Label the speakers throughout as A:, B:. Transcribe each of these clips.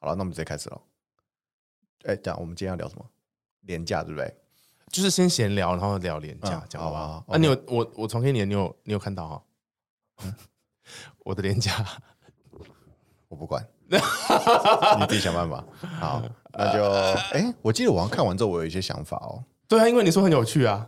A: 好了，那我们直接开始喽。哎，讲我们今天要聊什么？廉价对不对？
B: 就是先闲聊，然后聊廉价
A: 嗯，
B: 这样好不
A: 好啊
B: 好？
A: ，OK
B: 啊，你有我我传给你的，你有你有看到 哈？嗯我的廉价，
A: 我不管，你自己想办法。好，那就哎，我记得我好像看完之后，我有一些想法哦。
B: 对啊，因为你说很有趣啊。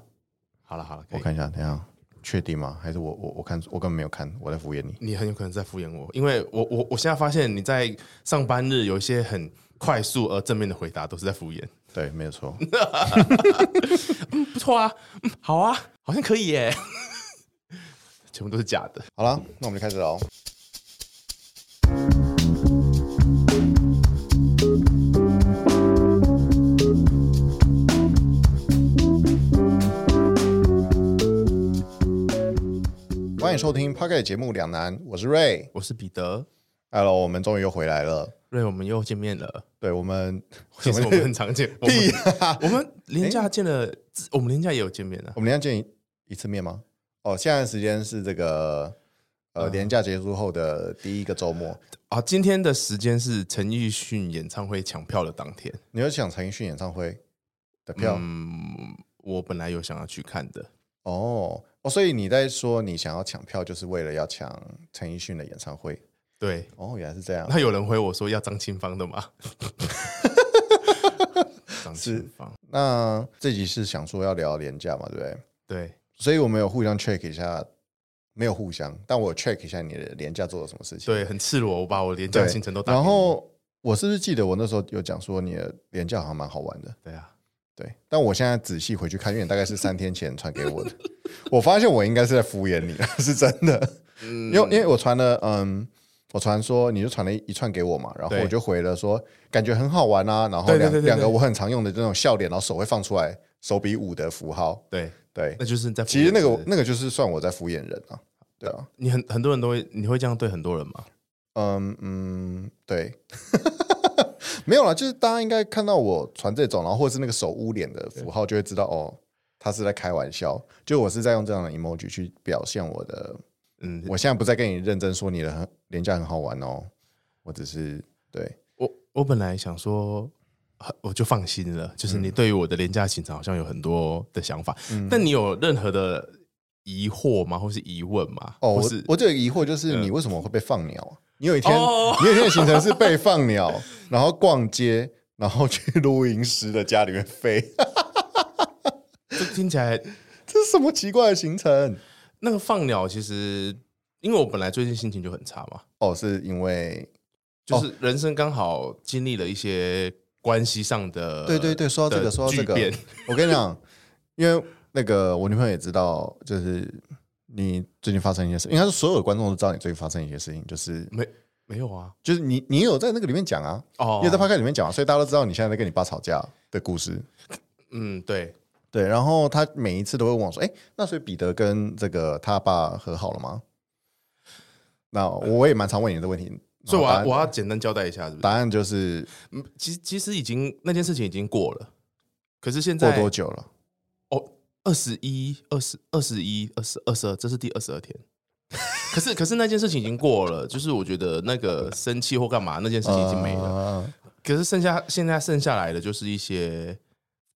B: 好了好了，可
A: 我
B: 以。
A: 看一下，等一下确定吗？还是我我我看我根本没有看，我在敷衍你。
B: 你很有可能在敷衍我，因为我我我现在发现你在上班日有一些很快速而正面的回答都是在敷衍。
A: 对，没有错。
B: 嗯，不错啊，嗯，好啊，好像可以耶， 全部都是假的。
A: 好了，那我们就开始喽。欢迎收听 Pocket 节目《两难》，我是 Ray。
B: 我是彼得，
A: Hello，我们终于又回来了。
B: 瑞，我们又见面了。
A: 对我们，
B: 其实我们很常 见，我 们
A: 屁啊！
B: 我们廉价见了，我们廉价也有见面啊。
A: 我们连假见一次面吗？哦，现在的时间是这个呃年假结束后的第一个周末。
B: 啊，今天的时间是陈奕迅演唱会抢票的当天。
A: 你有抢陈奕迅演唱会的票？
B: 嗯，我本来有想要去看的，
A: 哦哦，所以你在说你想要抢票，就是为了要抢陈奕迅的演唱会？
B: 对。
A: 哦，原来是这样。
B: 那有人回我说要张清芳的吗？ 张清芳，
A: 那这集是想说要聊廉价嘛，对不对？
B: 对，
A: 所以我们有互相 check 一下，没有互相，但我有 check 一下你的廉价做了什么事情。
B: 对，很赤裸，我把我廉价
A: 对，
B: 行程都打给
A: 然
B: 你。
A: 后我是不是记得我那时候有讲说你的廉价好像蛮好玩的？
B: 对啊，
A: 对，但我现在仔细回去看，因为你大概是三天前传给我的， 我发现我应该是在敷衍你， 是真的。
B: 嗯
A: 因为因为我传了，嗯，我传说你就传了一串给我嘛，然后
B: 对
A: 我就回了说感觉很好玩啊，然后
B: 对对
A: 两
B: 对对对
A: 两个我很常用的这种笑脸，然后手会放出来手比五的符号，
B: 对，
A: 对
B: 那，就是在敷衍
A: 其实那
B: 是
A: 个
B: 不是
A: 那个就是算我在敷衍人啊，对啊，
B: 你很很多人都会，你会这样对很多人吗？
A: 嗯嗯，对。 没有啦，就是大家应该看到我传这种，然后或者是那个手捂脸的符号，就会知道哦，他是在开玩笑。就我是在用这样的 emoji 去表现我的，
B: 嗯，
A: 我现在不再跟你认真说你的很廉价很好玩哦，我只是对
B: 我我本来想说，呃我就放心了，就是
A: 嗯
B: 你对于我的廉价行程好像有很多的想法，但你有任何的疑惑吗，或是疑问吗？
A: 哦，
B: 或
A: 我
B: 是
A: 我就有疑惑，就是你为什么会被放鸟啊？你有一天，你有一天的行程是被放鸟，然后逛街，然后去录音师的家里面飞，
B: 这听起来
A: 这是什么奇怪的行程？
B: 那个放鸟，其实因为我本来最近心情就很差嘛，
A: 哦，是因为哦
B: 就是人生刚好经历了一些关系上的，
A: 对对对，说到这个，
B: 呃的
A: 说到这
B: 巨
A: 个
B: 变，
A: 我跟你讲，因为那个我女朋友也知道，就是你最近发生一些事，应该是所有的观众都知道你最近发生一些事情，就是
B: 没没有啊？
A: 就是你你有在那个里面讲啊，
B: 哦
A: 你有在 p o 里面讲、啊，所以大家都知道你现在在跟你爸吵架的故事。
B: 嗯，对，
A: 对，然后他每一次都会问我说：“哎，那所以彼得跟这个他爸和好了吗？”那我也蛮常问你这个问题，
B: 所以我
A: 然后
B: 要
A: 答
B: 我
A: 案
B: 要简单交代一下，是不是
A: 答？案就是
B: 嗯，其实其实已经那件事情已经过了，可是现
A: 过
B: 在
A: 多久了？
B: 哦，二十一、二十二、十一、二十二、十二，这是第二十二天。 可是，可是那件事情已经过了，就是我觉得那个生气或干嘛那件事情已经没了。
A: 啊
B: 可是剩下现在剩下来的就是一些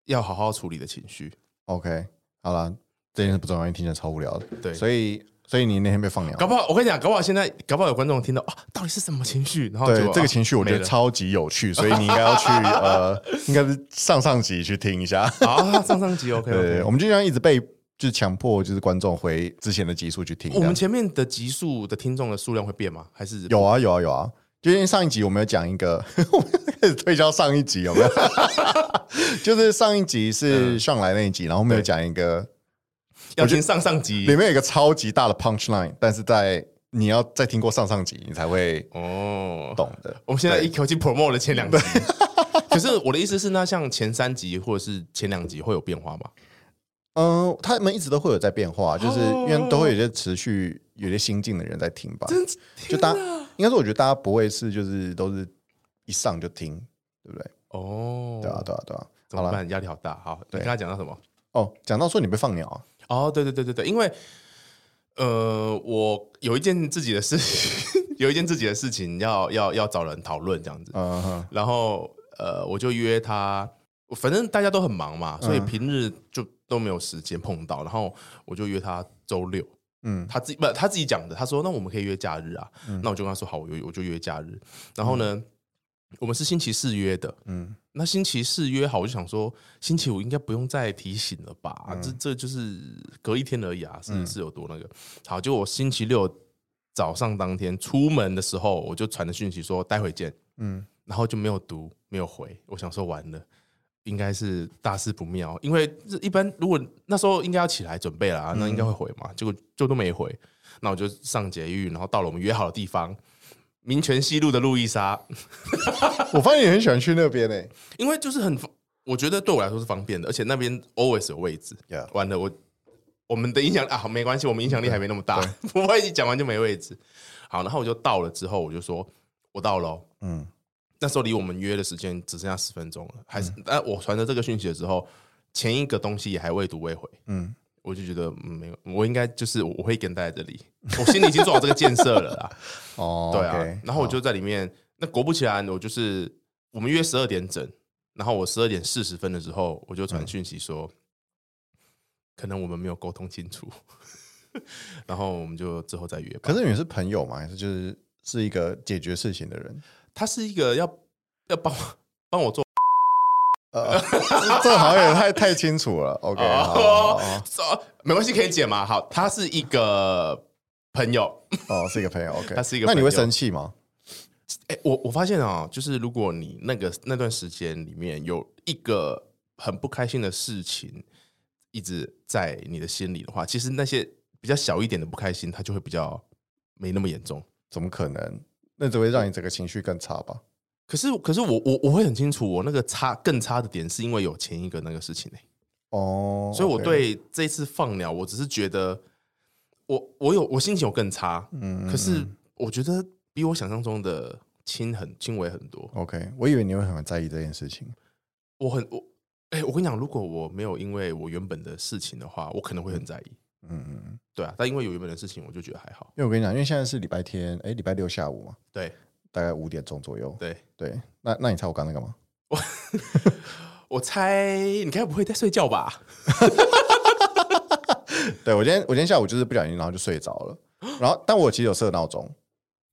B: 要好好处理的情绪。
A: OK，好了，这件事不重要，因为听起来超无聊的。
B: 对
A: 所以所以你那天被放鸟，
B: 搞不好我跟你讲，搞不好现在搞不好有观众听到啊，到底是什么情绪？然后结
A: 对
B: 果
A: 这
B: 啊
A: 个情绪我觉
B: 没
A: 得
B: 了
A: 超级有趣，所以你应该要去呃，应该是上上集去听一 下。
B: 啊，上上集 OK
A: 对对，
B: OK
A: 对。我们就这样一直被就是强迫就是观众回之前的集数去听。
B: 我
A: 这样
B: 们前面的集数的听众的数量会变吗？还是
A: 有啊有啊有啊，就因为上一集我们有讲一个， 我们开始推销上一集有没有？ 就是上一集是上来那一集，然后我们有
B: 嗯对
A: 讲一个
B: 要听上上
A: 里
B: 集？
A: 面有一个超级大的 punch line，但是在你要再听过上上集，你才会
B: 哦，
A: 懂的。
B: 我们现在
A: 对
B: 一口气 promote 了前两集， 可是我的意思是，那像前三集或者是前两集会有变化 吗？
A: 嗯，他们一直都会有在变化，就是因为都
B: 哦
A: 会有一些持续有一些新进的人在听吧。就大家应该说，我觉得大家不会是就是都是一上就听，对不对？
B: 哦，
A: 对啊，对啊，对啊。
B: 怎
A: 好
B: 么
A: 了，
B: 办？压力好大。好，你
A: 对
B: 刚才讲到什么？
A: 哦，讲到说你被放鸟啊，
B: 哦，对对对对对，因为呃，我有一件自己的事 情，有一件自己的事情要要要找人讨论这样子，
A: 嗯哼，
B: 然后呃，我就约他，反正大家都很忙嘛，所以
A: 嗯
B: 平日就都没有时间碰到，然后我就约他周六，
A: 嗯
B: 他自己不他自己讲的，他说那我们可以约假日啊，那我就跟他说好，我约我就约假日，然后呢，我们是星期四约的，
A: 嗯
B: 那星期四约好，我就想说星期五应该不用再提醒了吧？啊这这就是隔一天而已啊，是、
A: 嗯
B: 是有多那个？好，就我星期六早上当天出门的时候，我就传了讯息说待会见，
A: 嗯，
B: 然后就没有读，没有回。我想说完了，应该是大事不妙，因为这一般如果那时候应该要起来准备啦，啊那
A: 嗯
B: 应该会回嘛，结果就都没回。那我就上捷运，然后到了我们约好的地方，民权西路的路易莎，
A: 我发现你很喜欢去那边欸诶、
B: 因为就是很方，我觉得对我来说是方便的，而且那边 always 有位置。
A: Yeah
B: 完了，我我们的影响啊，没关系，我们影响力还没那么大， 不会一讲完就没位置。好，然后我就到了之后，我就说我到了哦、
A: 嗯
B: 那时候离我们约的时间只剩下十分钟了，还是但我传了这个讯息了之后，前一个东西也还未读未回，
A: 嗯，
B: 我就觉得、嗯、没有，我应该就是我会跟待在这里，我心里已经做好这个建设了啦。
A: 哦，
B: 对啊
A: OK，
B: 然后我就在里面，那果不其然，我就是我们约十二点整，然后我十二点四十分的时候，我就传讯息说，
A: 嗯
B: 可能我们没有沟通清楚， 然后我们就之后再约吧。
A: 可是你是朋友嘛，还是就是是一个解决事情的人？
B: 他是一个要要帮我帮我做
A: 呃， 这这好像也太太清楚了。OK，好好好好
B: 哦没关系，可以解嘛。好，他是一个朋友，
A: 哦，是一个朋友。OK，
B: 他是一个
A: 那你
B: 朋
A: 会
B: 友
A: 生气吗？
B: 哎、我我发现啊、就是如果你那个那段时间里面有一个很不开心的事情一直在你的心里的话，其实那些比较小一点的不开心，它就会比较没那么严重。
A: 怎么可能？那只会让你整个情绪更差吧？
B: 可是，可是我我我会很清楚，我那个差更差的点是因为有前一个那个事情、欸
A: 哦，
B: 所以我
A: OK，
B: 对这一次放鸟，我只是觉得我我有我心情有更差，
A: 嗯，
B: 可是我觉得比我想象中的轻很轻微很多。
A: OK，我以为你会很在意这件事情。
B: 我很我哎、我跟你讲，如果我没有因为我原本的事情的话，我可能会很在意。
A: 嗯嗯，嗯
B: 对啊，但因为有原本的事情，我就觉得还好。
A: 因为我跟你讲，因为现在是礼拜天，哎，礼拜六下午嘛，
B: 对
A: 大概五点钟左右。
B: 对，
A: 对，那那你猜我刚才干嘛？
B: 我猜你该不会在睡觉吧？
A: 对我今天我今天下午就是不小心，然后就睡着 了。然后，但我其实有设闹钟，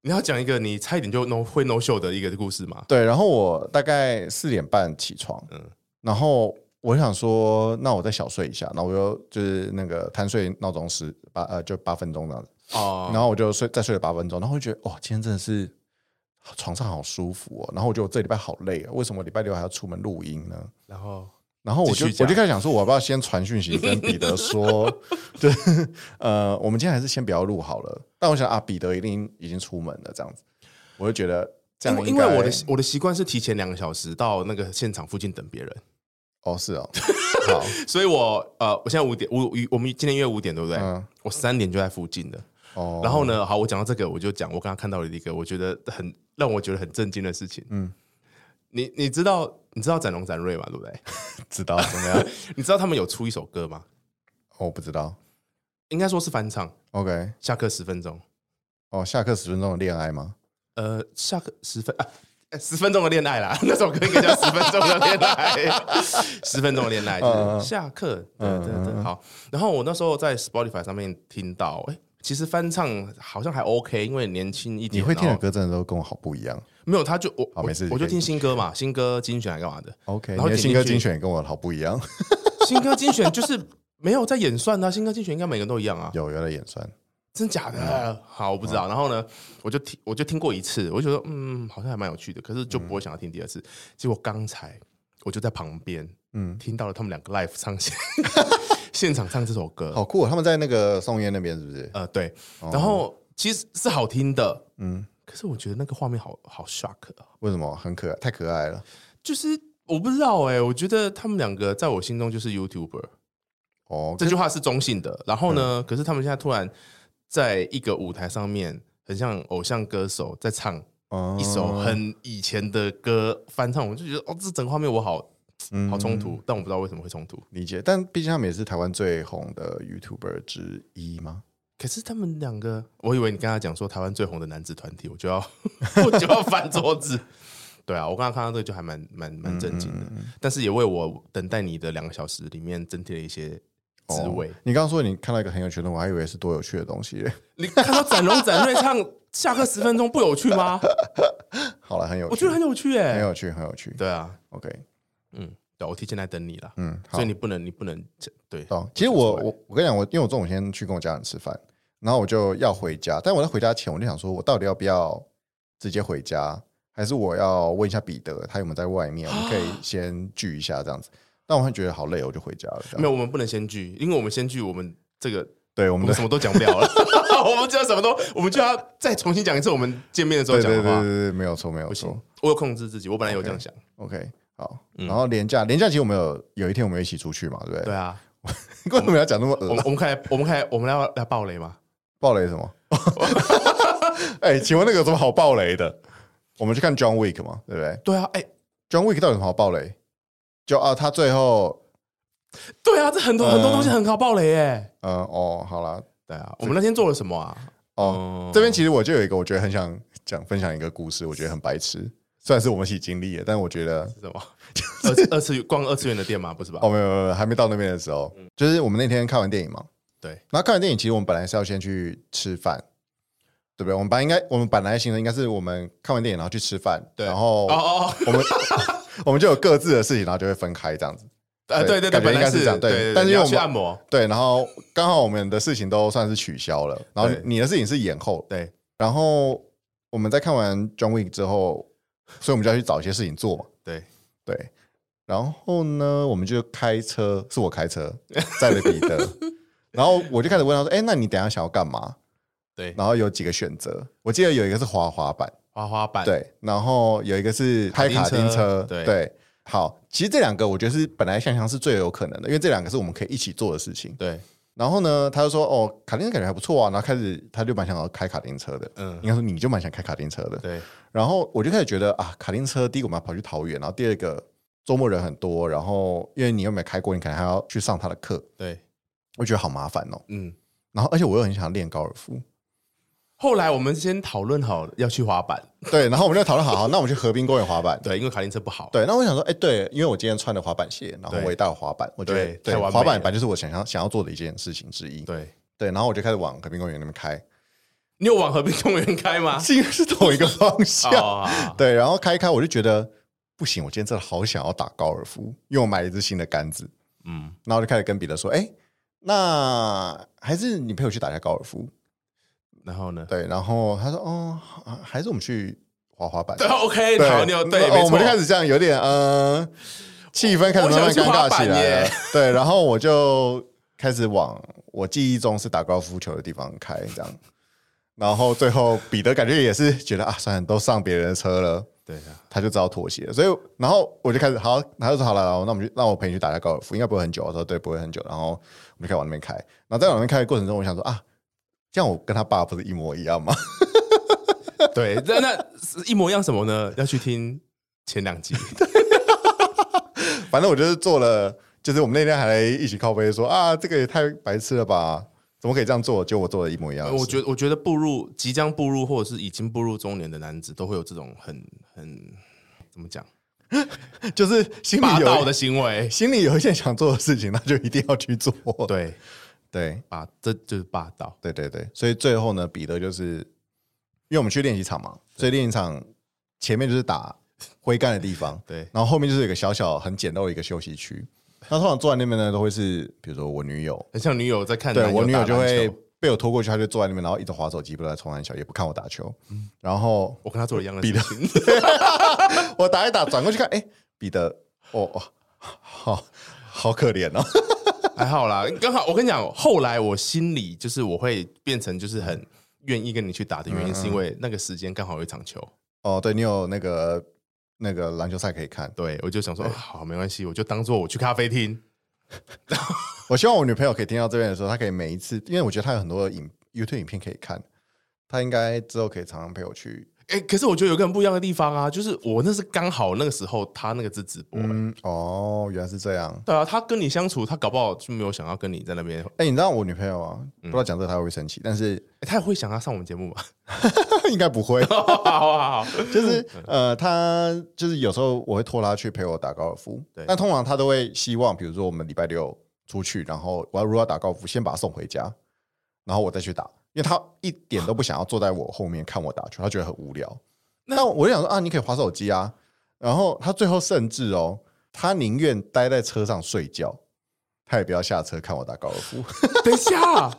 B: 你要讲一个你差一点就 no 会 no show 的一个故事吗？
A: 对，然后我大概四点半起床，
B: 嗯
A: 然后我想说，那我再小睡一下，然后我就就是那个贪睡闹钟十八呃就八分钟这样子，
B: 哦、
A: 然后我就睡再睡了八分钟，然后我就觉得哇、今天真的是床上好舒服哦，然后我觉得我这礼拜好累啊、为什么礼拜六还要出门录音呢？
B: 然后
A: 然后我
B: 继
A: 就
B: 续
A: 我就
B: 讲
A: 开始想说，我要不要先传讯息跟彼得 说，就是呃，我们今天还是先不要录好了。但我想啊，彼得一定已经出门了，这样子，我就觉得这
B: 因
A: 样
B: 为
A: 应
B: 因为
A: 该
B: 我的我的习惯是提前两个小时到那个现场附近等别人，
A: 哦是 哦，好，
B: 所以我呃，我现在五点五五我们今天约五点对不对？
A: 嗯
B: 我三点就在附近的，
A: 哦，
B: 然后呢，好，我讲到这个，我就讲我刚刚看到了一个我觉得很让我觉得很震惊的事情。
A: 嗯
B: 嗯，你你知道你知道展龙展瑞嘛？对不 对？
A: 知道怎么样？
B: 你知道他们有出一首歌吗？
A: 哦 我不知道。
B: 应该说是翻唱，《
A: OK，
B: 下课十分钟》。
A: 哦，下课十分钟的恋爱吗？
B: 呃，下课十分啊。哎十分钟的恋爱啦， 那首歌应该叫《十分钟的恋爱》， 十分钟的恋爱
A: 嗯
B: 就
A: 嗯
B: 是下课，对
A: 嗯
B: 对
A: 嗯
B: 对，好。然后我那时候在 Spotify 上面听到，哎、其实翻唱好像还 OK，因为年轻一
A: 你
B: 点。
A: 会听
B: 然
A: 的
B: 后
A: 歌真的都跟我好不一样。
B: 没有，他就我
A: 好没事
B: 我，我
A: 可
B: 就
A: 以
B: 听新歌嘛，新歌精选还干嘛的？
A: OK，
B: 然
A: 你
B: 后
A: 的
B: 点
A: 新歌
B: 进去
A: 精选也跟我好不一样，
B: 新歌精选就是没有在演算的啊、新歌精选应该每个人都一样啊，
A: 有有嗯点眼酸。
B: 真假的？好，我不知道。然后呢，我就听，我就听过一次，我就觉得嗯，好像还蛮有趣的，可是就不会想要听第二次。结果刚才我就在旁边，
A: 嗯
B: 嗯，听到了他们两个 live 唱现现场唱这首歌，
A: 好酷、哦，他们在那个松烟那边是不是？哦
B: 呃，对，然后其实是好听的，
A: 嗯，
B: 可是我觉得那个画面好好 shock 啊，
A: 为什么很可爱？太可爱了。
B: 就是我不知道哎、我觉得他们两个在我心中就是 YouTuber。
A: 哦，
B: 这句话是中性的。然后
A: 嗯
B: 呢，可是他们现在突然在一个舞台上面，很像偶像歌手在唱
A: 哦
B: 一首很以前的歌翻唱，我就觉得哦，这整个画面我好
A: 嗯
B: 好冲突，但我不知道为什么会冲突。
A: 理解，但毕竟他们也是台湾最红的 YouTuber 之一吗？
B: 可是他们两个，我以为你刚才讲说台湾最红的男子团体，我就要 我就要翻桌子。对啊，我刚刚看到这个就还蛮蛮蛮震惊的，
A: 嗯
B: 但是也为我等待你的两个小时里面增添了一些滋味。
A: 哦你刚刚说你看到一个很有趣的，我还以为是多有趣的东西。
B: 你看到展龙展瑞唱下课十分钟不有趣吗？
A: 好了，很有
B: 我
A: 趣
B: 觉得，很有趣哎、
A: 很有趣，很有趣。
B: 对啊，
A: OK，
B: 嗯，对，我提前来等你了，
A: 嗯，好
B: 所以。你不能，你不能对，
A: 懂。哦其实我我我跟你讲，我因为我中午先去跟我家人吃饭，然后我就要回家，但我在回家前我就想说，我到底要不要直接回家，还是我要问一下彼得他有没有在外面，我们可以
B: 啊
A: 先聚一下这样子。但我会觉得好累，我就回家了。嗯这样
B: 没有，我们不能先聚，因为我们先聚，我们这个
A: 对我
B: 我
A: 们
B: 们
A: 的
B: 什么都讲 不了了，我们就要什么都，我们就要再重新讲一次我们见面的时候
A: 对
B: 讲
A: 对
B: 的
A: 对对哎
B: 话，
A: 对，没有错没有
B: 不
A: 错
B: 行。，我有控制自己，我本来有这样想，
A: OK，好。
B: 嗯
A: 然后廉价廉价，其实我们有有一天我们有一起出去嘛，对不对
B: 对？啊，
A: 为什么要讲那么
B: 我
A: 恶
B: 们我们开，我们开，我们来来爆雷吗？
A: 暴雷什么？ 哎，请问那个有什么好暴雷的？我们去看 John Wick 嘛，对不对？
B: 对啊，哎，
A: John Wick 到底有什么好爆雷？就啊，他最后，
B: 对啊，这很多
A: 嗯
B: 很多东西很好爆雷哎，
A: 嗯、哦，好啦，
B: 对啊，我们那天做了什么啊？
A: 哦，
B: 嗯
A: 这边其实我就有一个，我觉得很想讲分享一个故事，我觉得很白痴，虽然是我们一起经历的，但我觉得，
B: 是什么？ 二二次元逛二次元的店吗？不是吧？
A: 哦，没有没有，没有还没到那边的时候，就是我们那天看完电影嘛，
B: 嗯对
A: 然后看完电影，其实我们本来是要先去吃饭，对不对？我们本来应该，我们本来行程应该是我们看完电影然后去吃饭，
B: 对
A: 然后
B: 哦哦，
A: 我们我们就有各自的事情，然后就会分开这样子。
B: 呃，对对对，
A: 感觉
B: 本
A: 应
B: 来
A: 该是这样对
B: 对，
A: 但是因为
B: 你要
A: 我
B: 去
A: 们
B: 按摩，
A: 对，然后刚好我们的事情都算是取消了，然后
B: 对
A: 你的事情是延后，
B: 对，
A: 然后我们在看完 John Wick 之后，所以我们就要去找一些事情做嘛，
B: 对，
A: 对。然后呢，我们就开车，是我开车载了彼 得，然后我就开始问他说：“哎，那你等一下想要干嘛？”
B: 对
A: 然后有几个选择，我记得有一个是滑滑板，
B: 滑滑板，
A: 对，然后有一个是拍卡丁车，
B: 啊卡丁车对
A: 对。好，其实这两个我觉得是本来想象是最有可能的，因为这两个是我们可以一起做的事情。
B: 对，然
A: 然后呢，他就说：“哦，卡丁车感觉还不错啊。”然后开始他就蛮想要开卡丁车的，
B: 嗯
A: 应该说你就蛮想开卡丁车的。
B: 对
A: 然后我就开始觉得啊，卡丁车第一个我们要跑去桃园，然后第二个周末人很多，然后因为你又没开过，你可能还要去上他的课，
B: 对，
A: 我觉得好麻烦哦。
B: 嗯。
A: 然后而且我又很想练高尔 夫，
B: 后来我们先讨论好要去滑板，
A: 对。然后我们就讨论好，好，那我们去河滨公园滑板。
B: 对，因为卡丁车不好，
A: 对，那我想说，哎、对，因为我今天穿了滑板鞋，然后我也带了滑板，我觉得
B: 对
A: 对
B: 太完美
A: 滑板
B: 了
A: 本来就是我想要想要做的一件事情之一。
B: 对，
A: 对，然后我就开始往河滨公园那边开，
B: 你有往河滨公园开吗？
A: 竟 然是同一个方向。
B: 啊哦，好
A: 对，然后开一开，我就觉得不行，我今天真的好想要打高尔夫，因为我买了一支新的杆子，
B: 嗯，
A: 然后我就开始跟彼得说，哎、那还是你陪我去打一下高尔夫。
B: 然后呢？
A: 对，然后他说，哦，还还是我们去滑滑板。
B: 对，OK，好，你有对，
A: 那
B: 没错，
A: 哦我们就开始这样有点嗯、呃气氛开始慢慢尴尬起
B: 我想去滑
A: 来
B: 板
A: 了
B: 耶。
A: 对，然后我就开始往我记忆中是打高尔夫球的地方开，这样。然后最后彼得感觉也是觉得啊，算了，都上别人的车了。
B: 对啊，
A: 他就知道妥协了，所以然后我就开始好，他就说好了，那我们就让我陪你去打一下高尔夫，应该不会很久。啊我说对，不会很久。然后我们就开始往那边开，然后在往那边开的过程中，我想说啊，这样我跟他爸不是一模一样吗？
B: 对，那那是一模一样什么呢？要去听前两 集，
A: 反正我就是做了，就是我们那天还一起靠背说啊，这个也太白痴了吧，怎么可以这样做？就我做的一模一样的事。
B: 我觉得我觉得步入即将步入或者是已经步入中年的男子都会有这种很很怎么讲
A: 就是心
B: 霸
A: 里
B: 道的
A: 有
B: 行为，
A: 心里有一件想做的事情，那就一定要去做。
B: 对，
A: 对
B: 霸这就是霸道，
A: 对对对，所以最后呢，彼得就是因为我们去练习场嘛，所以练习场前面就是打挥杆的地方，
B: 对
A: 然后后面就是有一个小小很简陋的一个休息区。那通常坐在那边呢，都会是比如说我女友，
B: 很像女友在看
A: 对
B: 男
A: 我女友
B: 打
A: 就
B: 篮
A: 会
B: 球
A: 被我拖过去，她就坐在那边，然后一直划手机，不知道在冲篮球，也不看我打球。然后
B: 我跟他做了一样的
A: 比
B: 事
A: 的
B: 情，
A: 我打一打，转过去看，哎、彼得，哦哦，好好可怜哦。
B: 还好啦，刚好我跟你讲，后来我心里就是我会变成就是很愿意跟你去打的
A: 嗯
B: 原因，是因为那个时间刚好有一场球，
A: 哦，对你有那个那个篮球赛可以看。
B: 对我就想说，啊好，没关系，我就当做我去咖啡厅，
A: 我希望我女朋友可以听到这边的时候，她可以每一次，因为我觉得她有很多影 YouTube 影片可以看，她应该之后可以常常陪我去。
B: 哎、可是我觉得有个很不一样的地方啊，就是我那是刚好那个时候他那个是直播、
A: 嗯，哦，原来是这样。
B: 对啊，他跟你相处，他搞不好就没有想要跟你在那边，
A: 哎、你知道我女朋友啊，不知道讲这个她会不会生气，但是
B: 诶他也会想要上我们节目吧？
A: 应该不会。
B: 好好好，
A: 就是呃，她就是有时候我会拖她去陪我打高尔夫
B: 对，
A: 但通常她都会希望，比如说我们礼拜六出去，然后我要如果要打高尔夫，先把她送回家，然后我再去打，因为她一点都不想要坐在我后面看我打球，她觉得很无聊。那我就想说啊，你可以划手机啊，然后她最后甚至哦，她宁愿待在车上睡觉，她也不要下车看我打高尔夫，
B: 等一下，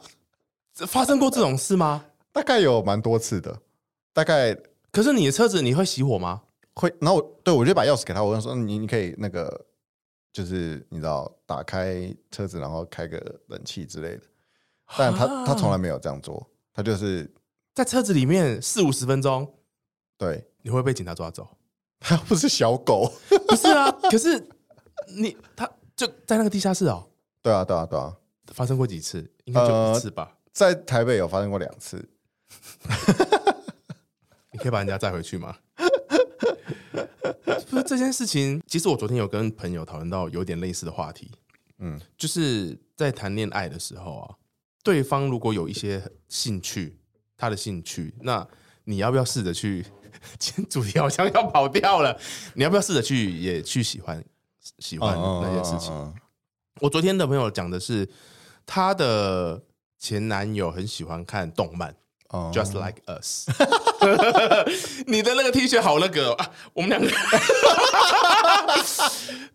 B: 这发生过这种事吗？
A: 大概有蛮多次的，大概
B: 可是你的车子你会熄火吗？
A: 会，然后我对我就把钥匙给他，我就说你你可以那个，就是你知道打开车子，然后开个冷气之类的，但他、
B: 啊
A: 他从来没有这样做，他就是
B: 在车子里面四五十分钟，
A: 对
B: 你会被警察抓走？
A: 他不是小狗，
B: 不是啊，可是你他就在那个地下室哦，
A: 对啊对啊对啊，
B: 发生过几次？应该就一次吧。
A: 在台北有发生过两次，
B: 你可以把人家载回去吗？ 不是这件事情，其实我昨天有跟朋友讨论到有点类似的话题，
A: 嗯
B: 就是在谈恋爱的时候啊，对方如果有一些兴趣，他的兴趣，那你要不要试着去？今天主题好像要跑掉了，你要不要试着去也去喜欢喜欢那些事情？
A: 嗯嗯嗯嗯
B: 我昨天的朋友讲的是，她的前男友很喜欢看动漫。
A: 嗯
B: Just like us，你的那个 T 恤好那个、哦啊，我们两个，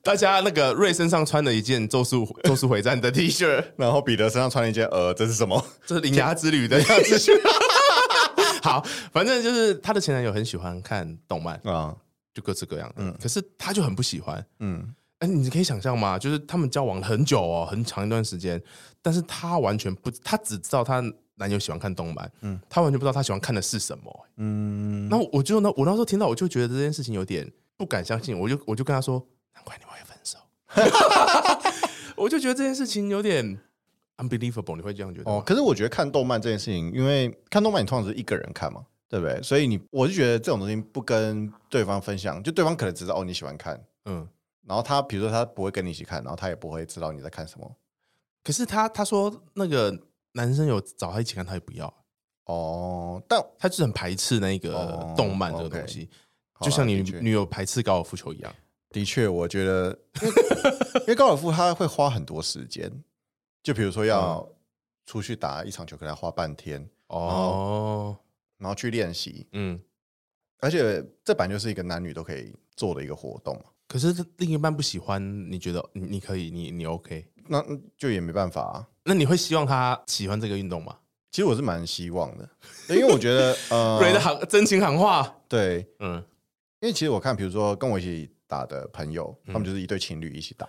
B: 大家那个瑞身上穿了一件《咒术咒术回战》的 T 恤，
A: 然后彼得身上穿了一件呃，这是什么？
B: 这是《铃芽之旅》的 T 恤。好，反正就是她的前男友很喜欢看动漫，
A: 啊
B: 就各式各样的。可是她就很不喜欢。
A: 嗯
B: 哎、你可以想象吗？就是他们交往了很久哦，很长一段时间，但是她完全不，她只知道她男友喜欢看动漫，嗯，她完全不知道她喜欢看的是什么、
A: 嗯，
B: 那我就那我那时候听到，我就觉得这件事情有点不敢相信，我就我就跟他说，难怪你们会分手。 我就觉得这件事情有点 unbelievable，你会这样觉得吗？
A: 哦，可是我觉得看动漫这件事情，因为看动漫你通常是一个人看嘛，对不对？所以你我就觉得这种东西不跟对方分享，就对方可能只知道哦你喜欢看，
B: 嗯，
A: 然后他比如说他不会跟你一起看，然后他也不会知道你在看什么。
B: 可是他他说那个男生有找他一起看，他也不要，
A: 哦，但
B: 他就是很排斥那个
A: 哦
B: 动漫这个
A: OK
B: 东西，
A: 好啦
B: 就像你
A: 的确
B: 女友排斥高尔夫球一样。
A: 的确，我觉得，因为高尔夫他会花很多时间，就比如说要
B: 嗯
A: 出去打一场球，可能要花半天，
B: 哦，
A: 然后去练习，
B: 嗯，
A: 而且这本来就是一个男女都可以做的一个活动嘛，
B: 可是另一半不喜欢，你觉得你你可以，你你 OK？
A: 那嗯就也没办法啊。
B: 那你会希望他喜欢这个运动吗？
A: 其实我是蛮希望的，因为我觉 得
B: 瑞
A: 呃，
B: 的行真情喊话，
A: 对，
B: 嗯。
A: 因为其实我看，比如说跟我一起打的朋友，他们就是一对情侣一起打，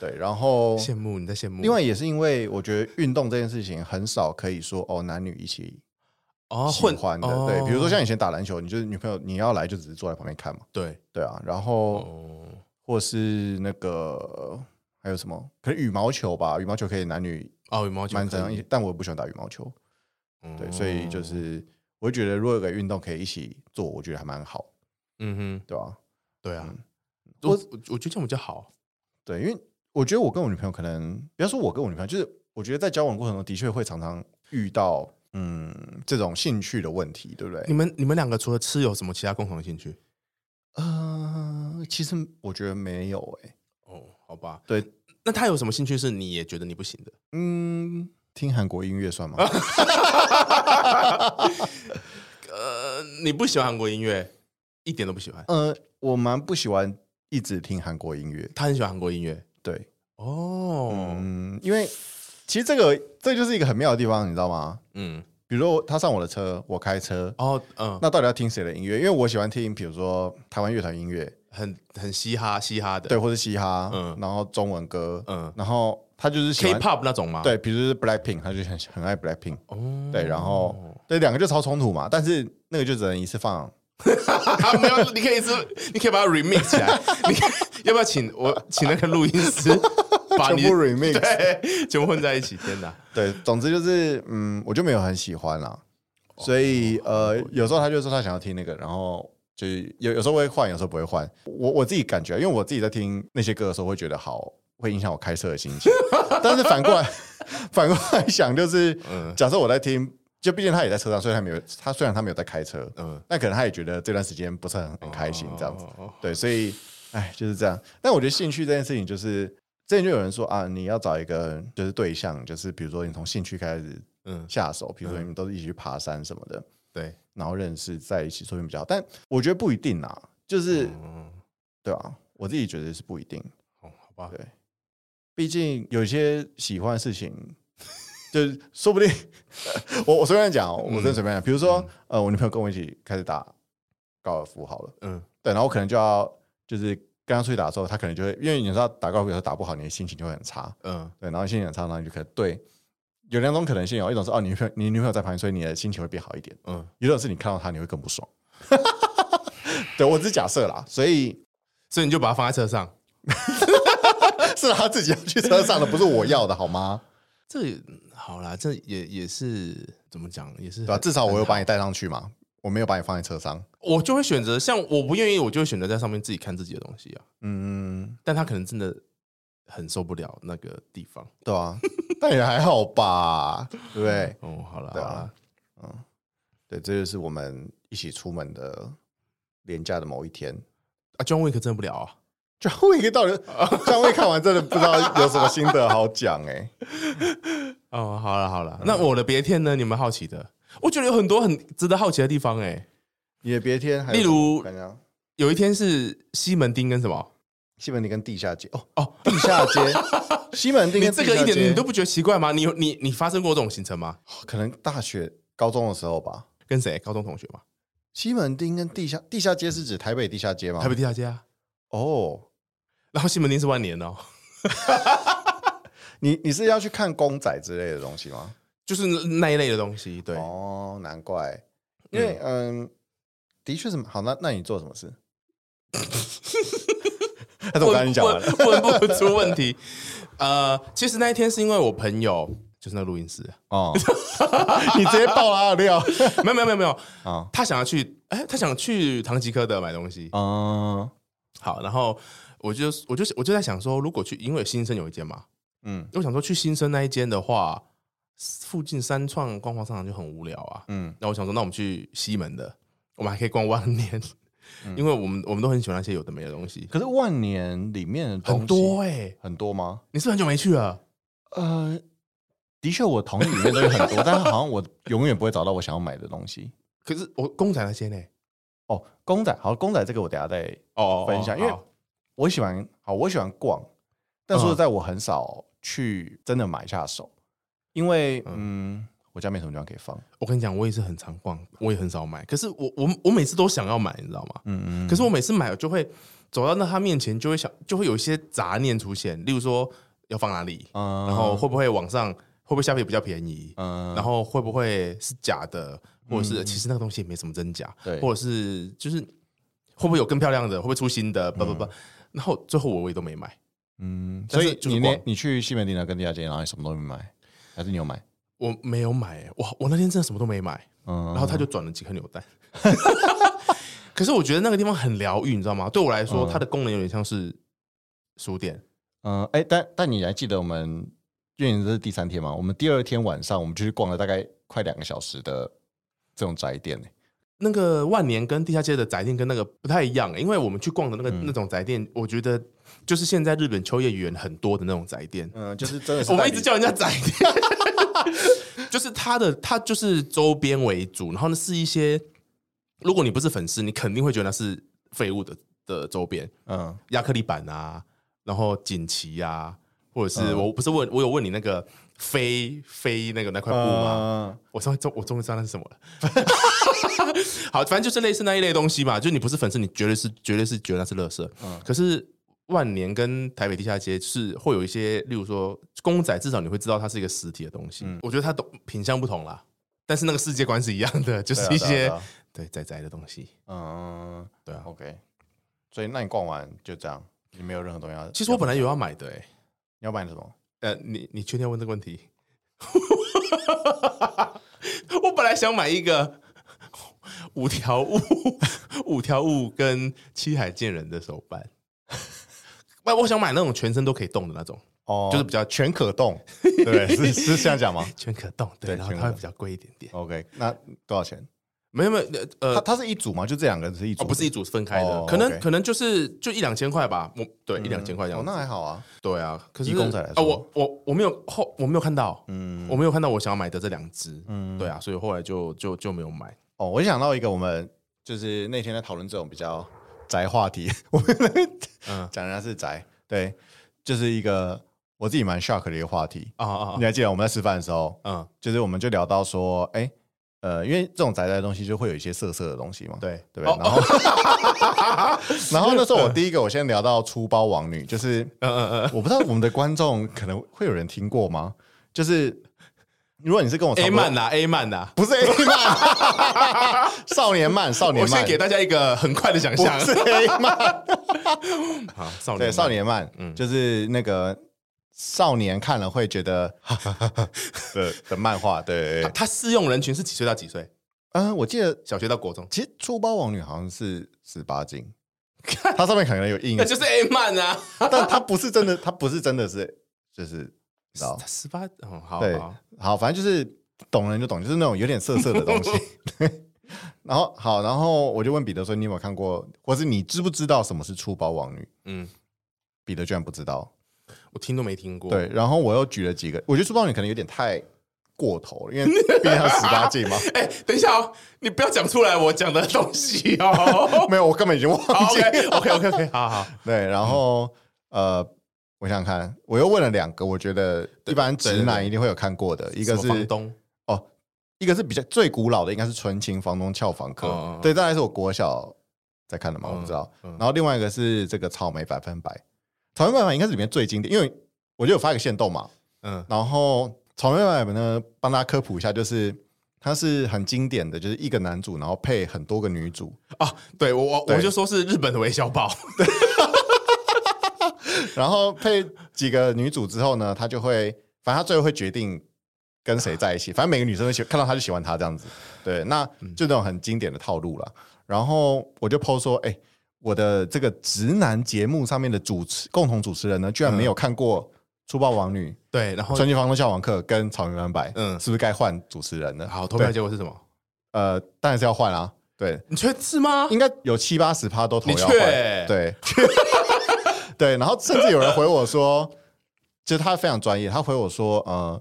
A: 对，然后
B: 羡慕你在羡慕。
A: 哦另外也是因为我觉得运动这件事情很少可以说哦男女一起
B: 哦
A: 喜
B: 混
A: 欢的，
B: 哦
A: 对，比如说像以前打篮球，你就是女朋友你要来就只是坐在旁边看嘛，
B: 对
A: 对啊，然后
B: 哦
A: 或是那个还有什么，可能羽毛球吧，羽毛球可以男女
B: 哦羽毛球
A: 蛮常一
B: 可
A: 起
B: 以，
A: 但我不喜欢打羽毛球，对，所以就
B: 哦
A: 是我觉得如果有个运动可以一起做，我觉得还蛮好，
B: 嗯哼
A: 对吧、
B: 对啊，
A: 嗯我
B: 我我我觉得这样比较好。
A: 对，因为我觉得我跟我女朋友可能，不要说我跟我女朋友，就是我觉得在交往过程中的确会常常遇到嗯这种兴趣的问题，对不
B: 你
A: 对？
B: 们你们两个除了吃有什么其他共同的兴趣？
A: 呃，其实我觉得没有欸诶、
B: 哦，好吧，
A: 对，
B: 那他有什么兴趣是你也觉得你不行的？
A: 嗯，听韩国音乐算吗？
B: 呃，你不喜欢韩国音乐，一点都不喜欢。
A: 呃，我蛮不喜欢一直听韩国音乐，
B: 他很喜欢韩国音乐
A: 对，
B: 哦，
A: 嗯，因为其实这个这就是一个很妙的地方，你知道吗？
B: 嗯，
A: 比如说他上我的车，我开车，
B: 哦，嗯，
A: 那到底要听谁的音乐？因为我喜欢听，比如说台湾乐团音乐，
B: 很很嘻哈嘻哈的，
A: 对，或是嘻哈，
B: 嗯
A: 然后中文歌，
B: 嗯
A: 然后他就是喜欢
B: ，K-pop 啊那种吗？，
A: 对，比如是 Blackpink，他就很很爱 Blackpink，
B: 哦，
A: 对，然后、对两个就超冲突嘛，但是那个就只能一次放，
B: 啊，没有，你可以是，你可以把它 remix 起 来，你可以要不要请我请那个录音师
A: 全
B: 把啊你
A: 部 remix，
B: 对全部混在一起？天哪！
A: 对，总之就是嗯，我就没有很喜欢啦，
B: 哦
A: 所以呃，有时候他就说他想要听那个，然后就是有有时候会换，有时候不会换。我我自己感觉，因为我自己在听那些歌的时候，会觉得好，会影响我开车的心 情。但是反过来， 反过来想，就是
B: 嗯
A: 假设我在听，就毕竟他也在车上，所以他没有他虽然他没有在开车，
B: 嗯，
A: 但可能他也觉得这段时间不是很很开心这样子。
B: 哦。哦哦
A: 对，所以哎，就是这样。但我觉得兴趣这件事情，就是之前就有人说啊，你要找一个就是对象，就是比如说你从兴趣开始
B: 嗯，
A: 下手，比如说你们都是一起去爬山什么的，
B: 对，
A: 然后认识在一起，说不定比较好。但我觉得不一定啊，就是、
B: 嗯，
A: 对啊，我自己觉得是不一定。
B: 好好吧
A: 对，毕竟有些喜欢的事情，就是说不定 我我随便讲哦，我真的随便讲。比如说、
B: 嗯
A: 呃，我女朋友跟我一起开始打高尔夫好了。
B: 嗯，
A: 对，然后我可能就要就是跟他出去打的时候，他可能就会因为你知道打高尔夫有时候打不好，你的心情就会很差，
B: 嗯，
A: 对，然后心情很差，然后你就可能对有两种可能性哦，一种是哦你女朋友你女朋友在旁边，所以你的心情会变好一点，
B: 嗯，
A: 一种是你看到她你会更不爽， 对我只是假设啦，所以
B: 所以你就把它放在车上，
A: 是他自己要去车上的，不是我要的好吗？
B: 这也好啦，这也也是怎么讲，也是
A: 对吧、啊
B: 很
A: 至少我有把你带上去嘛，我没有把你放在车上，
B: 我就会选择，像我不愿意，我就会选择在上面自己看自己的东西啊。
A: 嗯，
B: 但他可能真的很受不了那个地方。
A: 对啊，但也还好吧，对不对？
B: 哦，好啦，好
A: 对啊
B: 啦，
A: 对，这就是我们一起出门的廉价的某一天。
B: 啊，John Wick 真的不聊啊。
A: 张卫一 到底，张卫看完真的不知道有什么心得好讲哎、
B: 哦，好了好了，
A: 嗯
B: 那我的别天呢？你们好奇的，我觉得有很多很值得好奇的地方哎、
A: 你的别天还有
B: 例如
A: 我看一下
B: 有一天是西门町跟什么？
A: 西门町跟地下街哦
B: 哦
A: 哦，地下街，西门町
B: 你
A: 跟
B: 这
A: 地
B: 个
A: 下
B: 一
A: 街哦
B: 点你都不觉得奇怪吗？你有你你发生过这种行程吗？
A: 可能大学高中的时候吧。
B: 跟谁？高中同学吗？
A: 西门町跟地下地下街是指台北地下街吗？
B: 台北地下街啊。
A: 哦，
B: 然后西门町是万年哦，
A: 你你是要去看公仔之类的东西吗？
B: 就是那一类的东西。对，
A: 哦，难怪，因为嗯的确是好。那那你做什么 事？还是我跟你讲完了？
B: 问问不出问题。 呃，其实那一天是因为我朋友就是那个录音师，
A: 哦， 你直接爆他的料
B: 没有没有没有没有，
A: 啊
B: 他想要去，哎，他想去唐吉诃德买东西。
A: 啊
B: 好，然后我就我就我就在想说，如果去，因为新生有一间嘛，
A: 嗯
B: 我想说去新生那一间的话，附近三创光华商场就很无聊啊。
A: 嗯
B: 那我想说，那我们去西门的，我们还可以逛万年，因为我们我们都很喜欢那些有的没的东西，
A: 可是万年里面的东西
B: 很多哎、
A: 很多吗？
B: 你是不是很久没去了？
A: 呃，的确，我同意里面东西很多，但是好像我永远不会找到我想要买的东西。
B: 可是我公仔那些呢？
A: 哦，公仔，好，公仔这个我等一下再
B: 哦
A: 分享，因为我喜欢，好，我喜欢逛，但
B: 嗯
A: 说实在，我很少去真的买下手，因为嗯，我家没什么地方可以放。
B: 我跟你讲，我也是很常逛，我也很少买。可是我我我每次都想要买，你知道吗？
A: 嗯嗯，
B: 可是我每次买，我就会走到那他面前，就会想，就会有一些杂念出现，例如说要放哪里，
A: 嗯
B: 然后会不会网上会不会下面比较便宜，
A: 嗯
B: 然后会不会是假的，或者是其实那个东西也没什么真假，
A: 对
B: 或者是就是会不会有更漂亮的，会不会出新的，不不不，然后最后我我也都没买，
A: 嗯，
B: 但
A: 所
B: 是
A: 以
B: 就是
A: 你那
B: 逛
A: 你去西门町啊跟地下街，然后你什么都没买，还是你有买？
B: 我没有买、欸，我我那天真的什么都没买，
A: 嗯，
B: 然后他就转了几颗扭蛋。 可是我觉得那个地方很疗愈，你知道吗？对我来说，
A: 嗯
B: 它的功能有点像是书店，
A: 嗯，哎、但但你还记得我们，因为你这是第三天嘛，我们第二天晚上我们就去逛了大概快两个小时的这种宅店、欸、
B: 那个万年跟地下街的宅店跟那个不太一样、欸因为我们去逛的那个、
A: 嗯
B: 那种宅店，我觉得就是现在日本秋叶原很多的那种宅店，
A: 嗯，就是真的
B: 我们一直叫人家宅店， 就是它的它就是周边为主，然后呢是一些，如果你不是粉丝，你肯定会觉得那是废物的的周边，
A: 嗯
B: 亚克力板啊，然后锦旗啊，或者是、
A: 嗯
B: 我不是问我有问你那个飞飞那个那块布吗？
A: 嗯
B: 我终于终我终于知道那是什么了。 好，反正就是类似那一类东西嘛，就是你不是粉丝，你绝对是绝对是觉得那是垃圾。
A: 嗯
B: 可是万年跟台北地下街是会有一些，例如说公仔，至少你会知道它是一个实体的东
A: 嗯
B: 西。我觉得它都品相不同啦，但是那个世界观是一样的，就是一
A: 对
B: 些
A: 啊
B: 对仔仔的东西。
A: 嗯
B: 对啊，
A: ，OK，所以那你逛完就这样，你没有任何东西要。
B: 其实我本来有要买的、欸，
A: 你要买什么？
B: 呃，你你确定要问这个问题？ 我本来想买一个五条悟、五条悟跟七海健人的手办，不，我想买那种全身都可以动的那种，
A: 哦，
B: 就是比较
A: 全可动，对不对，是是这样讲吗
B: 全可动，对，
A: 对
B: 然后
A: 全可
B: 它会
A: 动
B: 比较贵一点点。
A: ？OK，那多少钱？
B: 没有没有，呃
A: 它，它是一组吗？就这两个人是一组？
B: 哦，不是一组是分开的，
A: 哦
B: 可能
A: OK
B: 可能就是就一两千块吧，我对一两千块这
A: 哦，
B: 样子
A: 那。还好啊。
B: 对啊，可是
A: 以公仔来
B: 啊，
A: 说
B: 我我我没有后我没有看到，
A: 嗯，
B: 我没有看到我想要买的这两只，
A: 嗯
B: 对啊，所以后来就就就没有买。
A: 哦，我就想到一个，我们就是那天在讨论这种比较宅话题，我们在那边
B: 嗯
A: 讲人家是宅，对，就是一个我自己蛮 shock 的一个话题。
B: 啊啊
A: 你还记得我们在吃饭的时候，
B: 啊，嗯，
A: 就是我们就聊到说，哎、呃，因为这种宅宅的东西就会有一些色色的东西嘛，
B: 对哦
A: 对不对？然后， 然后那时候我第一个，我先聊到粗包王女，就是
B: 嗯嗯
A: 我不知道我们的观众可能会有人听过吗？就是如果你是跟我
B: 嗯
A: 差
B: ，A
A: 不多
B: 漫呐，A 漫呐，
A: 不是 A 漫， 少年漫，少
B: 我
A: 年
B: 先
A: 漫，
B: 给大家一个很快的想象
A: 不，是 A 漫，
B: 好，少年
A: 对，
B: 漫
A: 少，年漫，
B: 嗯
A: 就是那个少年看了会觉得 的的漫画，对对
B: 它
A: 对，
B: 它适用人群是几岁到几岁？
A: 嗯，我记得
B: 小学到国中，
A: 其实粗包王女好像是十八禁，它上面可能有 印
B: 那，就是 A 漫啊，
A: 但它不是真的，它不是真的是就是，你知道
B: 十八，嗯，好
A: 对
B: 好，
A: 好，反正就是懂人就懂，就是那种有点色色的 东西。然后好，然后我就问彼得说：“你有没有看过，或是你知不知道什么是粗包王女
B: 嗯，？”
A: 彼得居然不知道。
B: 我听都没听过，
A: 对，，然后我又举了几个，我觉得粗包王女可能有点太过头了，因为毕竟她十八禁 嘛。。
B: 哎，等一下哦，你不要讲出来我讲的东西哦
A: 没有，我根本已经忘记了。
B: OK，OK，OK，OK，、好好。
A: 对，然后、呃，我想想看，我又问了两个，我觉得一般
B: 对对
A: 直男一定会有看过的，一个
B: 什么房
A: 是
B: 东，
A: 哦，一个是比较最古老的，应该是《纯情房东俏房客》
B: 哦哦哦
A: 对，大概是我国小在看的嘛，
B: 嗯
A: 我不知道。
B: 嗯
A: 然后另外一个是这个草莓百分百，草莓百分百应该是里面最经典，因为我就有发一个限动嘛，
B: 嗯
A: 然后草莓百分百呢，帮大家科普一下，就是。它是很经典的，就是一个男主，然后配很多个女主，
B: 啊，对我我
A: 对
B: 我就说是日本的韦小宝，
A: 然后配几个女主之后呢，他就会，反正他最后会决定跟谁在一起。反正每个女生都喜看到他就喜欢他这样子。对，那就那种很经典的套路了。然后我就 PO 说，哎、我的这个直男节目上面的主持共同主持人呢，居然没有看过《粗暴王女
B: 对，然》
A: 《
B: 后
A: 春季房东笑王客》跟《草原蓝白》，
B: 嗯
A: 嗯，是不是该换主持人了？
B: 好，投票
A: 对
B: 结果是什么？
A: 呃，当然是要换啊。对，
B: 你确定是吗？
A: 应该有七八十趴都投
B: 你
A: 要
B: 确
A: 换，对 对，然后甚至有人回我说，就是他非常专业，他回我说，呃，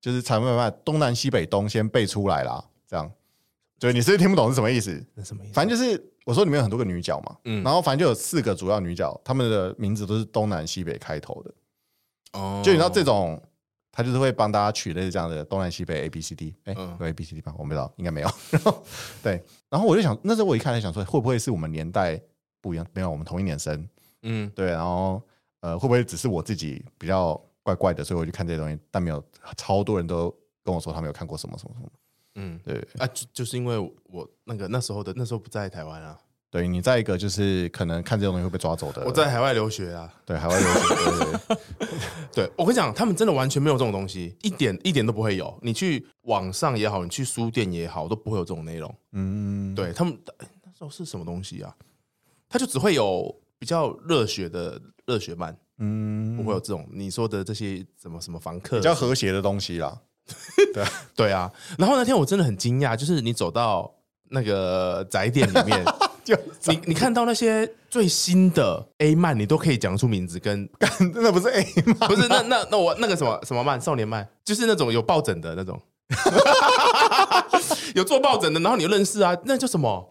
A: 就是财务慢东南西北东先背出来啦，这样，就是你是不是听不懂是什么意思？
B: 那什么意思？
A: 反正就是我说里面有很多个女角嘛，
B: 嗯
A: 然后反正就有四个主要女角，她们的名字都是东南西北开头的，
B: 哦
A: 就你知道这种。他就是会帮大家取类似这样的东南西北 A B C D，哎、
B: 嗯
A: 有 A B C D 吧？我不知道，应该没有。然后对，然后我就想，那时候我一看，想说会不会是我们年代不一样？没有，我们同一年生，
B: 嗯
A: 对，然后呃，会不会只是我自己比较怪怪的，所以我去看这些东西，但没有超多人都跟我说他们有看过什么什么什么。
B: 嗯
A: 对，
B: 啊，就就是因为我那个那时候的那时候不在台湾啊，
A: 对你在一个就是可能看这种东西会被抓走的，
B: 我 在海外留学啊。
A: 对海外留学，对对对
B: 对我跟你讲，他们真的完全没有这种东西，一点一点都不会有。你去网上也好，你去书店也好，都不会有这种内容。
A: 嗯，
B: 对他们哎那时候是什么东西啊？他就只会有比较热血的热血漫，
A: 嗯，
B: 不会有这种你说的这些什么什么房客
A: 比较和谐的东西啦，
B: 对啊。然后那天我真的很惊讶，就是你走到那个宅店里 面，
A: 就
B: 你你看到那些最新的 A 漫，你都可以讲出名字跟
A: 那不是哎 A 吗？
B: 不是那那那我那个什么什么漫少年漫，就是那种有抱枕的那种， 有做抱枕的，然后你又认识啊，那叫什么？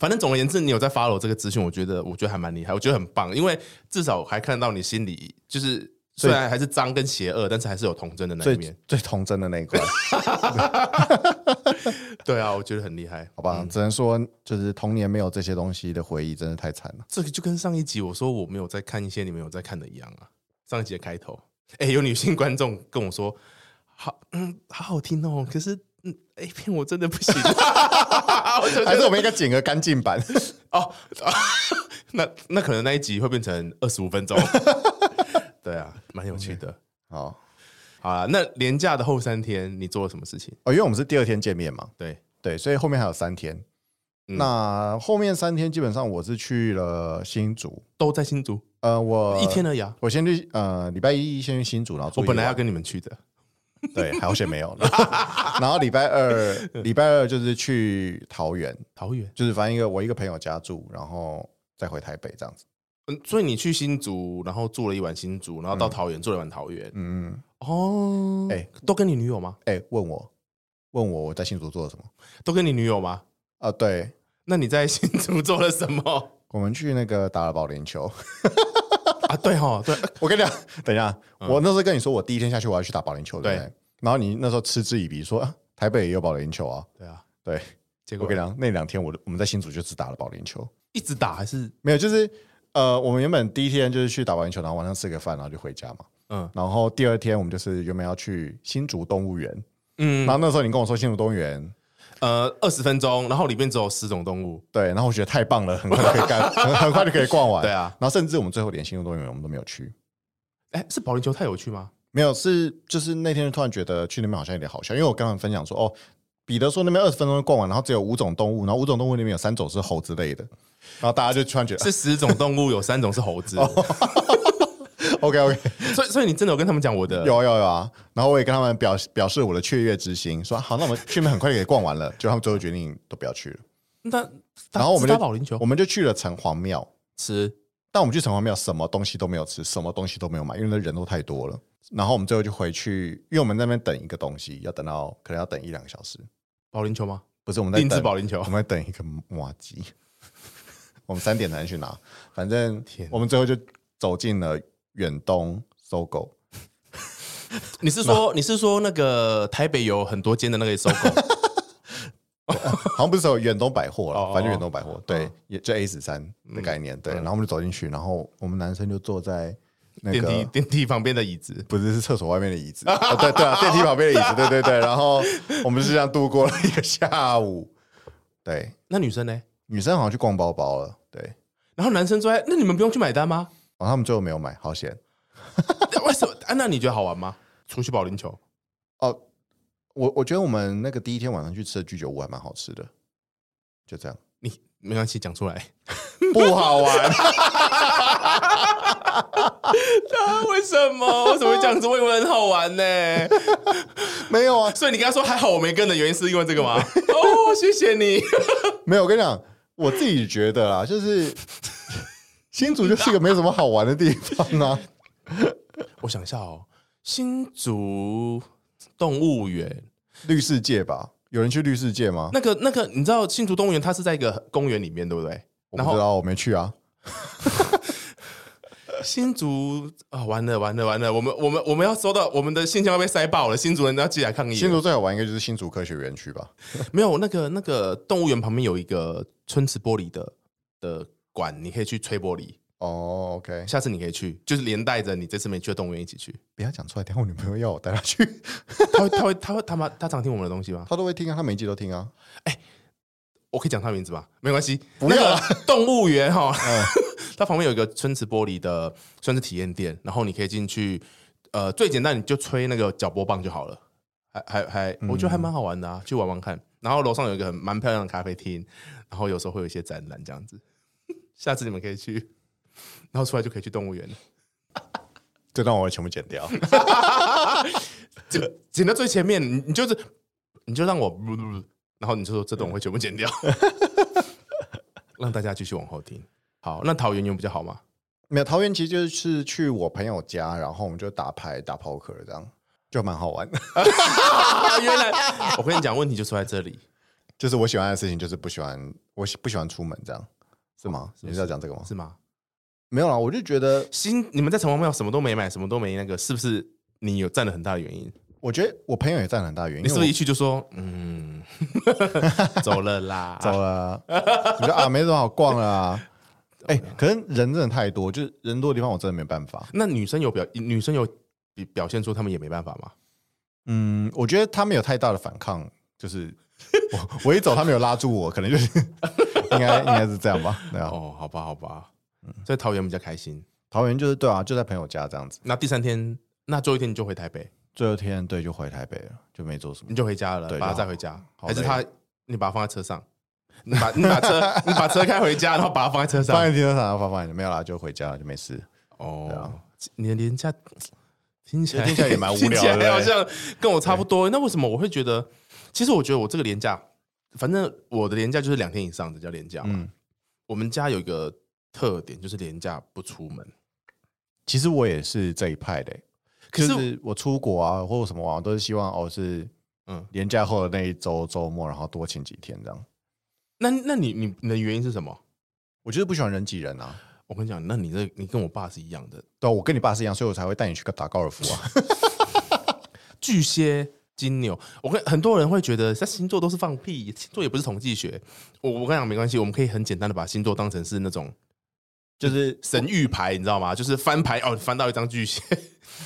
B: 反正总而言之，你有在 follow 这个资讯，我觉得我觉得还蛮厉害，我觉得很棒，因为至少还看到你心里就是虽然还是脏跟邪恶，但是还是有童真的那一
A: 最
B: 面。
A: 最童真的那一 块，
B: 对啊，我觉得很厉害。
A: 好吧，只能说就是童年没有这些东西的回忆，真的太惨了。
B: 这个就跟上一集我说我没有在看一些你们有在看的一样啊。上一集的开头，哎、有女性观众跟我说，好，嗯，好好听哦，可是，嗯，A 片我真的不行。 我就觉
A: 还是
B: 得
A: 我们应该剪个干净版，
B: 哦，那那可能 那一集会变成二十五分钟。对啊，蛮有趣的。
A: 好，
B: 好了，那年假的后三天你做了什么事情？
A: 哦，因为我们是第二天见面嘛，
B: 对，
A: 对，所以后面还有三天。
B: 嗯
A: 那后面三天基本上我是去了新竹，
B: 都在新竹，
A: 呃，我
B: 一天，而已啊。
A: 我先去呃礼拜一先去新竹，然后住
B: 我本
A: 一
B: 来
A: 晚
B: 要跟你们去的，
A: 对，好险没有。然后 然后礼拜二，礼拜二就是去桃园，
B: 桃园。
A: 就是反正一个我一个朋友家住，然后再回台北这样子。
B: 嗯，所以你去新竹，然后住了一晚新竹，然后到桃园住了一晚桃园。
A: 嗯，嗯，
B: 哦，
A: 哎
B: 都跟你女友吗？
A: 哎、问我，问我我在新竹做了什么？
B: 都跟你女友吗？
A: 啊，对，
B: 那你在新竹做了什么
A: 我们去那个打了保龄球。
B: 啊？对哈，对，
A: 我跟你讲，等一下，
B: 嗯
A: 我那时候跟你说，我第一天下去我要去打保龄球，对不
B: 对
A: 对？然后你那时候嗤之以鼻说、啊，台北也有保龄球啊。
B: 对啊，
A: 对，
B: 结
A: 我
B: 果
A: 跟你讲，那两天我我们在新竹就只打了保龄球，
B: 一直打还是
A: 没有，就是呃，我们原本第一天就是去打保龄球，然后晚上吃个饭，然后就回家嘛。
B: 嗯
A: 然后第二天我们就是原本要去新竹动物园，然
B: 嗯
A: 后那时候你跟我说新竹动物园，
B: 呃二十分钟，然后里面只有十种动物。
A: 对，然后我觉得太棒了，很快就可以干，很很快就可以逛完。
B: 对啊，
A: 然后甚至我们最后连新竹动物园我们都没有去，
B: 哎，是保龄球太有趣吗？
A: 没有是就是那天突然觉得去那边好像有点好笑，因为我刚刚分享说哦。彼得说那边二十分钟就逛完，然后只有五种动物，然后五种动物里面有三种是猴之类的，然后大家就突然觉 得
B: 是十种动物，有三种是猴子，
A: 哦 OK OK，
B: 所以所以你真的有跟他们讲我的
A: 有有有啊，然后我也跟他们表表示我的雀跃之心，说好，那我们去那边很快就可以逛完了，就他们最后决定都不要去了，
B: 那
A: 然后我们就
B: 只打保龄球
A: 我们就去了城隍庙，
B: 吃，
A: 但我们去城隍庙什么东西都没有吃，什么东西都没有买，因为那人都太多了。然后我们最后就回去，因为我们在那边等一个东西，要等到可能要等一两个小时。
B: 保龄球吗？
A: 不是我们在
B: 定制
A: 等
B: 保龄球
A: 我，们在等一个麻吉。 我们三点才能去拿，反正
B: 天哪
A: 我们最后就走进了远东搜狗。
B: 你是说你是说那个台北有很多间的那个搜 狗？
A: 好像不是走远东百货
B: 哦
A: 了，反正远东百货对
B: 嗯，
A: 也就 A 十三的概念对。然后我们就走进去，然后我们男生就坐在那
B: 电
A: 个
B: 梯电梯旁边的椅子，
A: 不是是厕所外面的椅 子，哦、对对啊，电梯旁边的椅子，对对对。然后我们是这样度过了一个下午。对，
B: 那女生呢？
A: 女生好像去逛包包了，对，
B: 然后男生坐在，那你们不用去买单吗？
A: 然后他们最后没有买，好险
B: 那为什么？啊，那你觉得好玩吗？除去保龄球，
A: 哦。我我觉得我们那个第一天晚上去吃的居酒屋还蛮好吃的，就 这样，
B: 你没关系，讲出来。
A: 不好玩。
B: 啊，为什么？为什么会这样子？我以为很好玩呢、
A: 没有啊，
B: 所以你跟他说还好我没跟的原因是因为这个吗？哦，谢谢你。
A: 没有。我跟你讲，我自己觉得啦，就是 新竹就是一个没什么好玩的地方啊。
B: 我想一下哦，新竹动物园
A: 绿世界吧，有人去绿世界吗？
B: 那个那个，你知道新竹动物园它是在一个公园里面，对不对？
A: 我
B: 然
A: 不知
B: 后
A: 道，我没去啊。
B: 新竹啊、完了完了完了，我们我们我们要收到我们的信箱要被塞爆了，新竹人要寄来抗议了。
A: 新竹最好玩应该就是新竹科学园区吧。
B: 没有那个那个动物园旁边有一个春池玻璃的的馆，你可以去吹玻璃。
A: 哦，OK、o k
B: 下次你可以去，就是连带着你这次没去的动物园一起去。
A: 不要讲出来，等一下我女朋友要我带她去，
B: 他会他会他会他妈他常听我们的东西吗？
A: 她都会听啊，她每一集都听啊。
B: 我可以讲他名字吧，没关系。
A: 不要啊
B: 那个动物园哈
A: 嗯，
B: 它旁边有一个春池玻璃的算是体验店，然后你可以进去。呃，最简单你就吹那个脚波棒就好了，还还还，
A: 嗯
B: 我觉得还蛮好玩的啊，去玩玩看。然后楼上有一个很蛮漂亮的咖啡厅，然后有时候会有一些展览这样子。 下次你们可以去，然后出来就可以去动物园了。
A: 这段我会全部剪掉。
B: 这个剪到最前面，你你就是你就让我，然后你就说这段我会全部剪掉，让大家继续往后听。好，那桃园有比较好吗？
A: 没有，桃园其实就是去我朋友家，然后我们就打牌、打扑克这样，就蛮好玩的。
B: 啊， 原来我跟你讲，问题就出在这里，
A: 就是我喜欢的事情，就是不喜欢我喜不喜欢出门这样，是吗？你是要讲这个吗？
B: 哦是吗？
A: 没有啦，我就觉得，
B: 新你们在城隍庙什么都没买，什么都没那个，是不是你有占了很大的原因？
A: 我觉得我朋友也占了很大原因。
B: 你
A: 因
B: 是不是
A: 为
B: 一去就说嗯， 走了啦
A: 我？ 走了啊？我觉得啊，没什么好逛了 啊。哎、可是人真的太多，就是人多的地方我真的没办法。
B: 那女生有表女生有比表现出他们也没办法吗？
A: 嗯，我觉得他没有太大的反抗，就是我 我一走，他没有拉住我，可能就是应该应该是这样吧。对啊，
B: 哦，好吧，好吧，所以桃园比较开心。
A: 桃园就是对啊，就在朋友家这样子。
B: 那第三天，那最后一天你就回台北。
A: 最后一天对就回台北了，就没做什么
B: 你。就回家了，
A: 对
B: 把它
A: 就
B: 载
A: 好
B: 回家，
A: 好
B: 还是
A: 累
B: 他你把它放在车上，你把你把车 你把车开回家，然后把它放在车
A: 放
B: 上。
A: 在停车场，然后放放没有啦，就回家了，就没事。对
B: 哦
A: 啊，
B: 你的廉价听起来
A: 听起来也蛮无
B: 听
A: 聊
B: 起来
A: 的
B: 好像跟我差不多。那为什么我会觉得？其实我觉得我这个廉价，反正我的廉价就是两天以上的叫廉价嘛。
A: 嗯，
B: 我们家有一个特点，就是廉价不出门。
A: 其实我也是这一派的欸、
B: 可是
A: 就是我出国啊或者什么玩，我都是希望哦是
B: 嗯
A: 嗯年假后的那一周周末，然后多请几天这样。
B: 那那你你你的原因是什么？
A: 我就是不喜欢人挤人啊，
B: 我跟你讲，那你这你跟我爸是一样的。
A: 对啊我跟你爸是一样，所以我才会带你去打高尔夫 啊。
B: 巨蟹、金牛，我跟很多人会觉得，在星座都是放屁，星座也不是统计学。我我跟你讲没关系，我们可以很简单的把星座当成是那种
A: 就是
B: 神谕牌，你知道吗？就是翻牌哦，翻到一张巨蟹，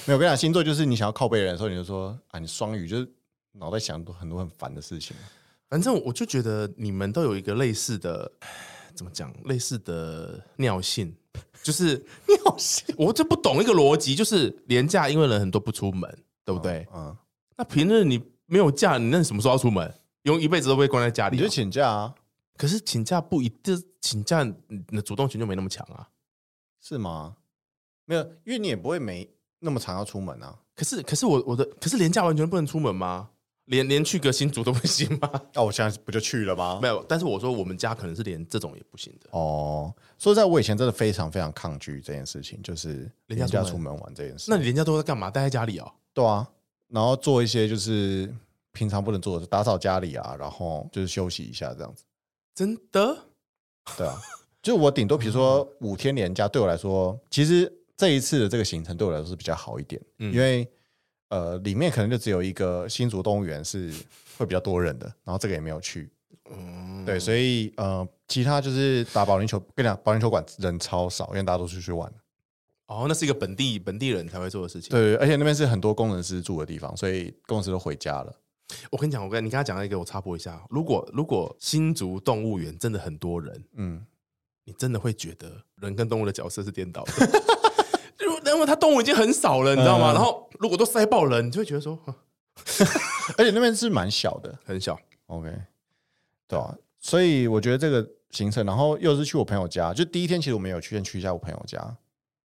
A: 没有，我跟你讲，星座就是你想要靠背人的时候，你就说啊，你双鱼，就是脑袋想很多很烦的事情。
B: 反正我就觉得你们都有一个类似的，怎么讲？类似的尿性，就是尿性。我就不懂一个逻辑，就是廉价，因为人很多不出门，对不对？
A: 嗯，
B: 那平日你没有假，你那什么时候要出门？用一辈子都被关在家里、
A: 你
B: 啊，
A: 就请假啊？
B: 可是请假不一定，请假你的主动权就没那么强啊。
A: 是吗？没有，因为你也不会没那么常要出门啊。
B: 可是，可是我我的可是连假完全不能出门吗？连连去个新竹都不行吗？
A: 那、哦我现在不就去了吗
B: 没？有，但是我说我们家可能是连这种也不行的。
A: 哦，说实在，我以前真的非常非常抗拒这件事情，就是
B: 人
A: 人
B: 家
A: 家
B: 出
A: 出
B: 门
A: 门玩这件事。
B: 那你连假都在干嘛？待在家里哦。
A: 对啊，然后做一些就是平常不能做的，打扫家里啊，然后就是休息一下这样子。
B: 真的？
A: 对 啊，就我顶多比如说五天连假，对我来说，其实这一次的这个行程对我来说是比较好一点，
B: 嗯
A: 因为呃，里面可能就只有一个新竹动物园是会比较多人的，然后这个也没有去，
B: 嗯，
A: 对，所以呃，其他就是打保龄球，跟你讲，保龄球馆人超少，因为大家都出去玩了。
B: 哦，那是一个本地本地人才会做的事情。，
A: 对，而且那边是很多工程师住的地方，所以工程师都回家 了。
B: 我跟你讲，我跟你刚才讲到一个，我插播一下。哦如果如果新竹动物园真的很多人，
A: 嗯，
B: 你真的会觉得人跟动物的角色是颠倒的。 如因为它动物已经很少了，你知道吗？
A: 嗯
B: 然后如果都塞爆人，你就会觉得说哼
A: 而且那边是蛮小的
B: 很小。
A: ，OK，对啊，所以我觉得这个行程，然后又是去我朋友家，就第一天其实我们有去先去一下我朋友家，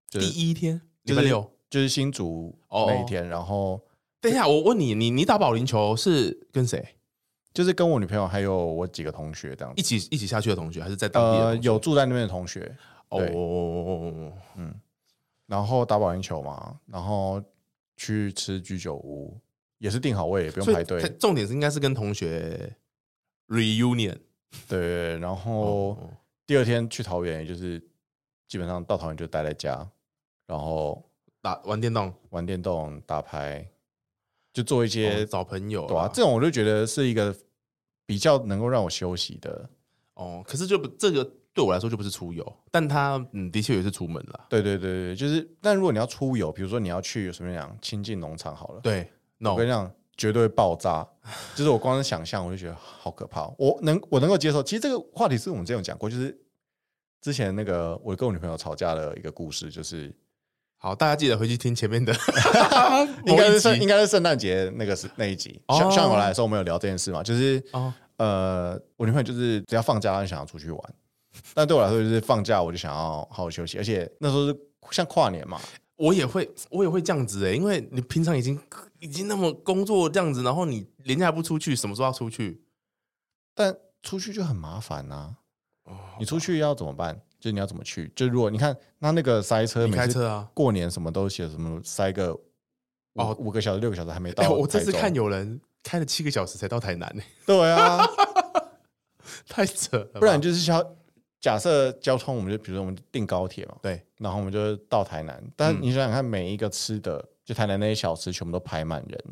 A: 就是
B: 第一天，礼
A: 就
B: 拜
A: 是
B: 六。
A: 就是新竹
B: 哦
A: 那一天，然后
B: 等一下，我问你，你你打保龄球是跟谁
A: 就是跟我女朋友还有我几个同学这样
B: 一
A: 子，
B: 起一起下去的同学，还是在当地的
A: 呃，
B: 同学
A: 有住在那边的同学，对
B: 哦，
A: 然后打保龄球嘛，然后去吃居酒屋，也是订好位，也不用
B: 所以
A: 排队
B: 他，重点是应该是跟同学 reunion
A: 对，然后
B: 哦
A: 第二天去桃园，也就是基本上到桃园就待在家，然后
B: 打玩电动，
A: 玩电动、打牌，就做一
B: 也
A: 些、
B: 哦找朋友
A: 对啊
B: 啦，
A: 这种我就觉得是一个比较能够让我休息的，
B: 哦，可是就不这个对我来说就不是出游，但他嗯的确也是出门了，
A: 对对对对，就是，但如果你要出游，比如说你要去什么讲亲近农场好了，
B: 对，no，
A: 我跟你讲，绝对爆炸。就是我光是想象，我就觉得好可怕。哦我能我能够接受。其实这个话题是我们之前有讲过，就是之前那个我跟我女朋友吵架的一个故事，就是，
B: 好，大家记得回去听前面的
A: 应该是圣
B: 哦某一
A: 应
B: 集
A: 该是圣诞节那个是那一集，
B: 哦
A: 像像我来的时候，我们有聊这件事嘛，就是
B: 哦
A: 呃，我女朋友就是只要放假，她就想要出去玩。但对我来说，就是放假我就想要好好休息，而且那时候是像跨年嘛，
B: 我也会，我也会这样子哎、因为你平常已经已经那么工作这样子，然后你连假不出去，什么时候要出去？
A: 但出去就很麻烦呐、
B: 哦
A: 你出去要怎么办？就是你要怎么去？就如果你看那那个塞车，
B: 你
A: 每
B: 开
A: 次
B: 车啊？
A: 过年什么都写什么塞个
B: 哦
A: 哦五个小时六个小时还没
B: 哎、
A: 到。
B: 我这次
A: 台中
B: 看有人开了七个小时才到台南呢、
A: 对啊，
B: 太扯了吧。
A: 不然就是像假设交通，我们就比如说我们订高铁嘛，
B: 对，
A: 然后我们就到台南，
B: 嗯
A: 但你想想看，每一个吃的就台南那些小吃全部都排满人，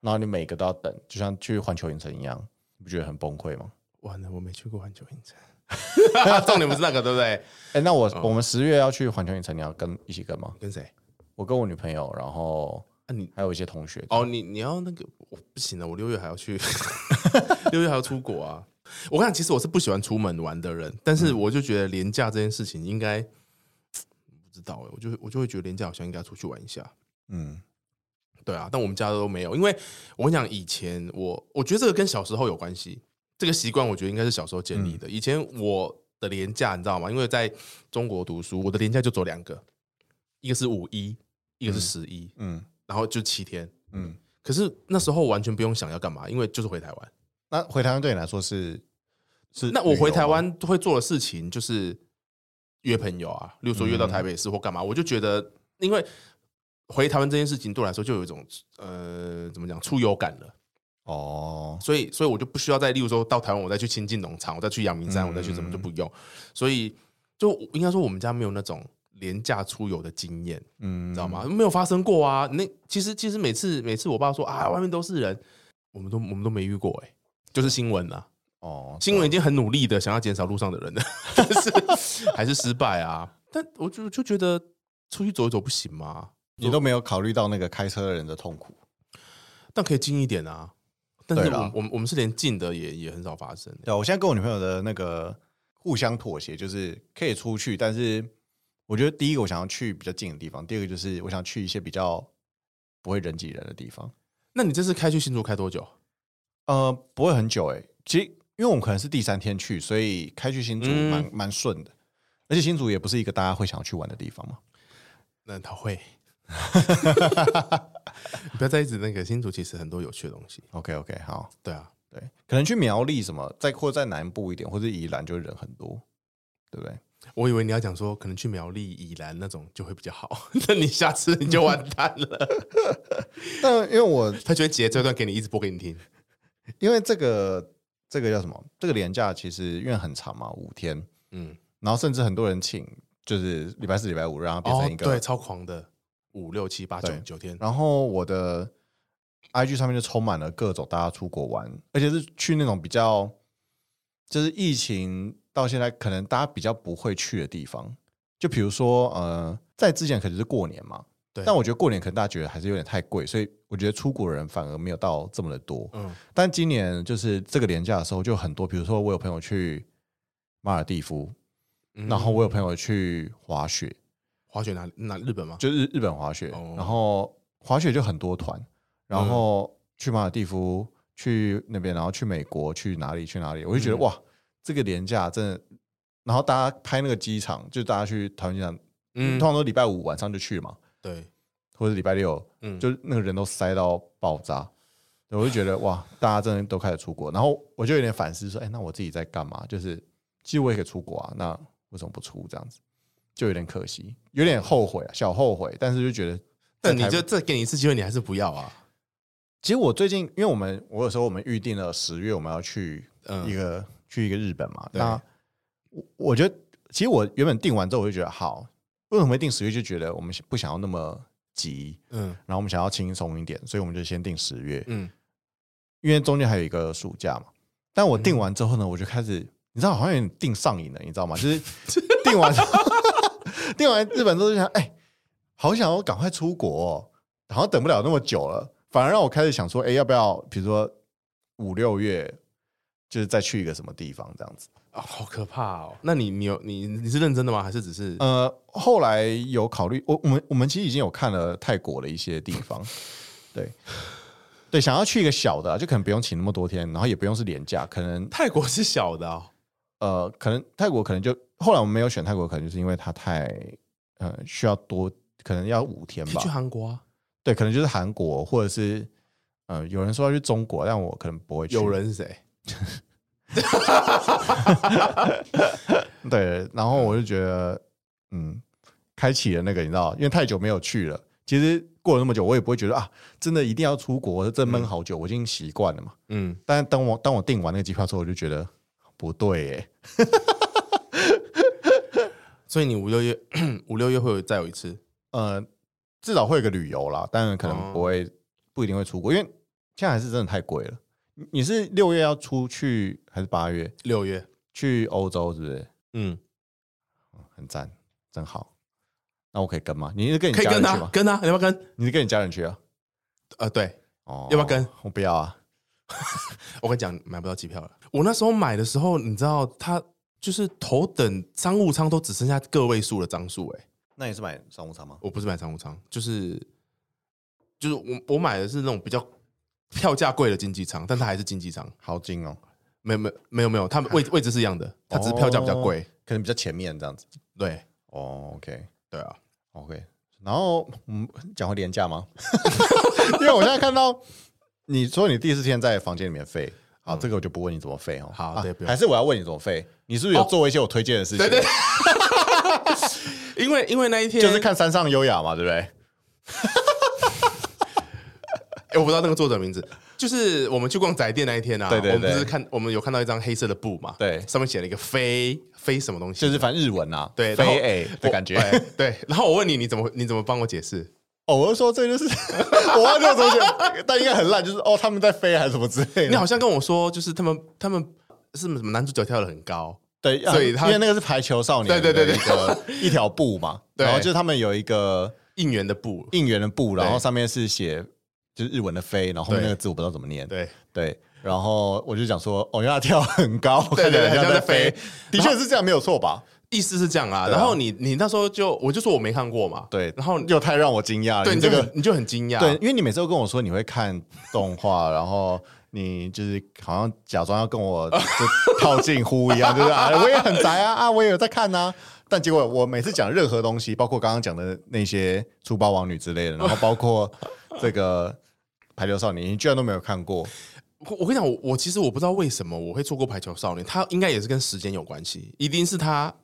A: 然后你每个都要等，就像去环球影城一样，你不觉得很崩溃吗？
B: 完了，我没去过环球影城。 重点不是那个，对不对？
A: 哎，那
B: 哦
A: 我我们十月要去环球影城，你要跟一起跟吗？
B: 跟谁？
A: 我跟我女朋友，然后
B: 啊你
A: 还有一些同学。
B: 哦，你你要那个，我不行了，我六月还要去， 六月还要出国啊。我看其实我是不喜欢出门玩的人，但是我就觉得廉价这件事情应该欸不知道哎、我就我就会觉得廉价好像应该出去玩一下。
A: 嗯，
B: 对啊，但我们家都没有，因为我跟你讲，以前我我觉得这个跟小时候有关系，这个习惯我觉得应该是小时候建立的。以前我的年假你知道吗？因为在中国读书，我的年假就走两个，一个是五一，一个是十一、
A: 嗯
B: 然后就七天。
A: 嗯，
B: 可是那时候完全不用想要干嘛，因为就是回台湾。
A: 那回台湾对你来说是是
B: 那我回
A: 旅游吗啊
B: 台，湾会做的事情就是约朋友啊，例如说约到台北市或干嘛，
A: 嗯
B: 我就觉得，因为回台湾这件事情对我来说就有一种呃怎么讲出游感了，
A: 哦，
B: 所以所以我就不需要再例如说到台湾我再去亲近农场，我再去阳明山，
A: 嗯
B: 我再去什么就不用，所以就应该说我们家没有那种廉价出游的经验，
A: 嗯，
B: 你知道？吗？没有发生过啊。那其实其实每次每次我爸说啊外面都是人，我们都我们都没遇过哎、就是新闻啊。
A: 哦，
B: 新闻已经很努力的想要减少路上的人 了，但是还是失败啊。但我就就觉得出去走一走不行吗？
A: 你都没有考虑到那个开车的人的痛苦。
B: 但可以近一点啊。但是
A: 对
B: 我
A: 啦
B: 们我们我们是连近的也也很少发生、
A: 对啊，我现在跟我女朋友的那个互相妥协，就是可以出去，但是我觉得第一个我想要去比较近的地方，第二个就是我想去一些比较不会人挤人的地方。
B: 那你这次开去新竹开多久？
A: 呃，不会很久诶、其实因为我们可能是第三天去，所以开去新竹
B: 嗯
A: 蛮蛮顺的，而且新竹也不是一个大家会想要去玩的地方嘛。
B: 那 他会，你不要再一直那个新竹，其实很多有趣的东西。
A: OK OK，好，
B: 对啊，
A: 对，可能去苗栗什么，再或者在南部一点，或者宜兰就人很多，对不对？
B: 我以为你要讲说可能去苗栗、宜兰那种就会比较好， 那你下次你就完蛋了。
A: 但因为我
B: 他就会截这段给你，一直播给你听。
A: 因为这个这个叫什么？这个年假其实因为很长嘛，五天，
B: 嗯，
A: 然后甚至很多人请，就是礼拜四、礼拜五，让它变
B: 哦
A: 成一，个、
B: 对，超狂的，五六七八九
A: 对
B: 九天。
A: 然后我的 IG 上面就充满了各种大家出国玩，而且是去那种比较，就是疫情到现在可能大家比较不会去的地方。就比如说，呃，在之前可能是过年嘛，
B: 对
A: 但我觉得过年可能大家觉得还是有点太贵，所以我觉得出国人反而没有到这么的多。
B: 嗯
A: 但今年就是这个年假的时候，就很多，比如说我有朋友去马尔蒂夫，
B: 嗯
A: 然后我有朋友去滑雪，
B: 滑雪哪哪日本吗？
A: 就日日本滑雪，
B: 哦嗯
A: 然后滑雪就很多团，然后去马尔蒂夫，去那边，然后去美国，去哪里去哪里，我就觉得、
B: 嗯
A: 哇，这个廉价真的。然后大家拍那个机场，就大家去桃园机场，
B: 嗯
A: 通，常都礼拜五晚上就去嘛，
B: 对，
A: 或者礼拜六，
B: 嗯，
A: 就是那个人都塞到爆炸。对我就觉得哇，大家真的都开始出国，然后我就有点反思说，哎、那我自己在干嘛？就是其实我也可以出国啊，那为什么不出这样子？就有点可惜，有点后悔啊，小后悔，但是就觉得
B: 但
A: 在
B: 你
A: 台
B: 就再给你一次机会，你还是不要啊。
A: 其实我最近，因为我们我有时候我们预定了十月我们要去一
B: 嗯，
A: 个、去一个日本嘛，
B: 对
A: 那我我觉得其实我原本定完之后我就觉得好，为什么会定十月就觉得我们不想要那么急，
B: 嗯
A: 然后我们想要轻松一点，所以我们就先定十月，
B: 嗯，
A: 因为中间还有一个暑假嘛。但我定完之后呢，我就开始，你知道，好像有点定上瘾了，你知道吗？就是 定完之后 定完日本之后就想，哎、好想要赶快出国、哦，好像等不了那么久了，反而让我开始想说，哎、要不要比如说五六月，就是再去一个什么地方这样子？
B: 啊，好可怕哦。嗯那你你有你你是认真的吗？还是只是
A: 呃，后来有考虑，我我们我们其实已经有看了泰国的一些地方，对。 对，想要去一个小的啊、就可能不用请那么多天，然后也不用是廉价，可能
B: 泰国是小的哦？
A: 呃，可能泰国可能就后来我们没有选泰国，可能就是因为它太呃需要多，可能要五天
B: 可以去
A: 吧。
B: 韩国啊？
A: 对，可能就是韩国或者是呃有人说要去中国，但我可能不会去。
B: 有人是谁？
A: 对，然后我就觉得嗯，开启了那个你知道，因为太久没有去了。其实过了那么久，我也不会觉得啊，真的一定要出国，这闷好久，我已经习惯了嘛。
B: 嗯，
A: 但当我当我订完那个机票之后，我就觉得不对耶，
B: 所以你五六月 五六月会有再有一次？
A: 呃，至少会有个旅游啦，但可
B: 哦
A: 能不会、不一定会出国，因为现在还是真的太贵了。你你是六月要出去还是八月
B: 六月？
A: 去欧洲？是不是？
B: 嗯，
A: 很赞，真好。那我可以跟吗？你是跟你
B: 可以
A: 家人
B: 跟
A: 去
B: 啊
A: 吗？
B: 跟啊，你要不要跟？
A: 你是跟你家人去啊？
B: 呃，对
A: 哦，
B: 要不要跟？
A: 我不要啊。
B: 我跟你讲，买不到机票了。我那时候买的时候，你知道它就是头等商务舱都只剩下个位数的张数哎。
A: 那你是买商务舱吗？
B: 我不是买商务舱，就是就是我我买的是那种比较票价贵的经济舱，但它还是经济舱，
A: 好近哦，
B: 没有没有没有没有，它位位置是一样的，它只是票价比较贵。
A: 可能比较前面这样子。
B: 对
A: 哦，OK
B: 对啊，
A: OK，然后嗯，讲回廉价吗？ 因为我现在看到你说你第四天在房间里面废。好，这个我就不问你怎么废哦。
B: 嗯好
A: 啊
B: 对不用哦
A: 还是我要问你怎么废？你是不是有做一些我推荐的事情？对对，
B: 因为因为那一天
A: 就是看山上优雅嘛，对不对？
B: 欸我不知道那个作者名字，就是我们去逛宅店那一天啊，
A: 对对
B: 我们不
A: 对
B: 是看我们有看到一张黑色的布嘛，
A: 对
B: 上面写了一个飞飞什么东西，
A: 就是反正日文啊，
B: 对然后
A: 非 A 的感觉。
B: 我哎对，然后我问你，你怎么你怎么帮我解释？
A: 哦，我就说这就是我忘记我怎么讲，但应该很烂，就是哦他们在飞还是什么之类
B: 你
A: 的。
B: 好像跟我说，就是他们他们是什么男主角跳得很高，
A: 对，
B: 所以
A: 啊
B: 他
A: 因为那个是排球少年，
B: 对对对对
A: 一个一条布嘛，
B: 对
A: 然后就是他们有一个
B: 应援的布，
A: 应援的布，然后
B: 对
A: 上面是写就是日文的飞，然后后面那
B: 对
A: 个字我不知道怎么念，
B: 对
A: 对。然后我就讲说，哦，因为他跳很高，
B: 对对
A: 看
B: 对
A: 起来很像在
B: 很像在
A: 飞，的确是这样，没有错吧？
B: 意思是这样啊。
A: 对啊
B: 然后你你那时候就我就说我没看过嘛，
A: 对，
B: 然后
A: 又太让我惊讶了。
B: 对
A: 你
B: 你
A: 这
B: 就
A: 个
B: 很你就很惊讶，
A: 对，因为你每次都跟我说你会看动画，然后你就是好像假装要跟我就套近乎一样，就是啊，我也很宅啊，啊，我也有在看啊。但结果我每次讲任何东西，包括刚刚讲的那些《粗包王女》之类的，然后包括这个《排球少年》，你居然都没有看过。
B: 我我跟你讲，我我其实我不知道为什么我会错过排球少年，它应该也是跟时间有关系，一定是它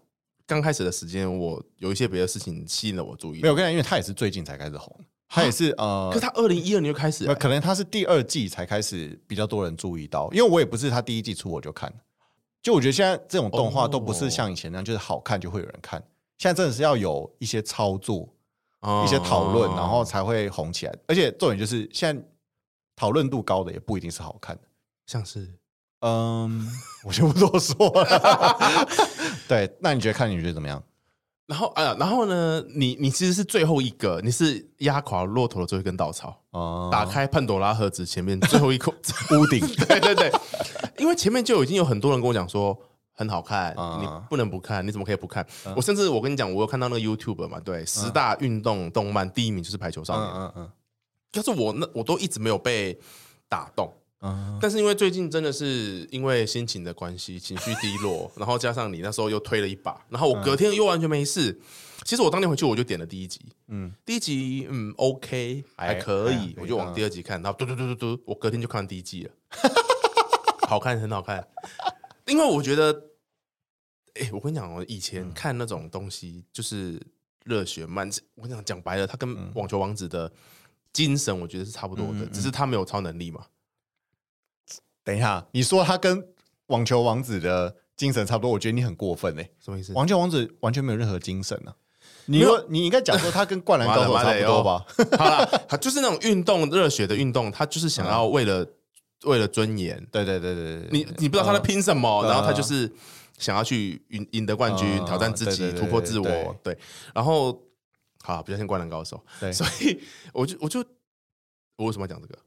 B: 刚开始的时间，我有一些别的事情吸引了我注意
A: 没。有，我跟你讲，因为他也是最近才开始红，他也是呃
B: 可是，他二零一二年就开始、
A: 那可能他是啊第二季才开始比较多人注意到，因为我也不是他第一季出我就看，就我觉得现在这种动画
B: 哦
A: 都不是像以前那样，就是好看就会有人看，现在真的是要有一些操作、
B: 哦
A: 一些讨论，然后才会红起来。而且重点就是现在讨论度高的也不一定是好看的。
B: 像是
A: 嗯， 我就不多说 了。对，那你觉得看你觉得怎么样？
B: 然后啊、然后呢，你你其实是最后一个，你是压垮骆驼的最后一根稻草，
A: 哦、
B: 打开潘朵拉盒子前面最后一口
A: 屋顶，
B: 对对对，因为前面就已经有很多人跟我讲说很好看，
A: 嗯
B: 你不能不看，你怎么可以不看？我甚至我跟你讲，我有看到那个 YouTube 嘛，对，十大运动动漫第一名就是《排球少年》
A: 嗯嗯
B: 可是我那我都一直没有被打动。
A: 嗯
B: 但是因为最近真的是因为心情的关系，情绪低落，然后加上你那时候又推了一把，然后我隔天又完全没事。其实我当天回去我就点了第一集，
A: 嗯
B: 嗯，第一集嗯 OK
A: 还
B: 还可
A: 还可以
B: 以，我就往第二集看，然后嘟嘟嘟嘟嘟，我隔天就看完第一季了， 好看很好看，因为我觉得，哎，我跟你讲哦，我以前看那种东西就是热血漫，我跟你讲讲白了，它跟网球王子的精神我觉得是差不多的，只是他没有超能力嘛。
A: 等一下，你说他跟网球王子的精神差不多，我觉得你很过分哎、
B: 什么意思？
A: 网球王子完全没有任何精神啊！你
B: 没有
A: 说你应该讲说他跟灌篮高手差不多 吧？
B: 好了， 他就是那种运动热血的运动，他就是想要为了、为了尊严，
A: 对对对对对，
B: 你你不知道他在拼什么，
A: 嗯
B: 然后他就是想要去赢赢得冠军，
A: 嗯
B: 挑战自己，
A: 对对对
B: 突破自我，
A: 对
B: 对，然后好，比较像灌篮高手，
A: 对
B: 所以我就我就我为什么要讲这个？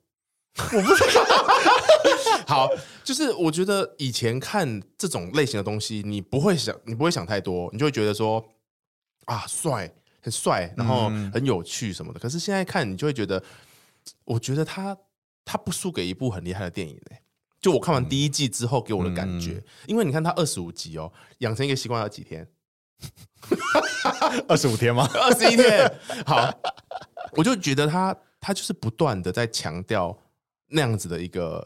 B: 我不知道。 好，就是我觉得以前看这种类型的东西，你不会想，你不会想太多，你就会觉得说啊，帅，很帅，然后
A: 嗯
B: 很有趣什么的。可是现在看，你就会觉得，我觉得他他不输给一部很厉害的电影诶、就我看完第一季之后给我的感觉，因为你看他二十五集哦，养成一个习惯要几天？
A: 二十五天吗？
B: 二十一天。 好，我就觉得他他就是不断的在强调那样子的一个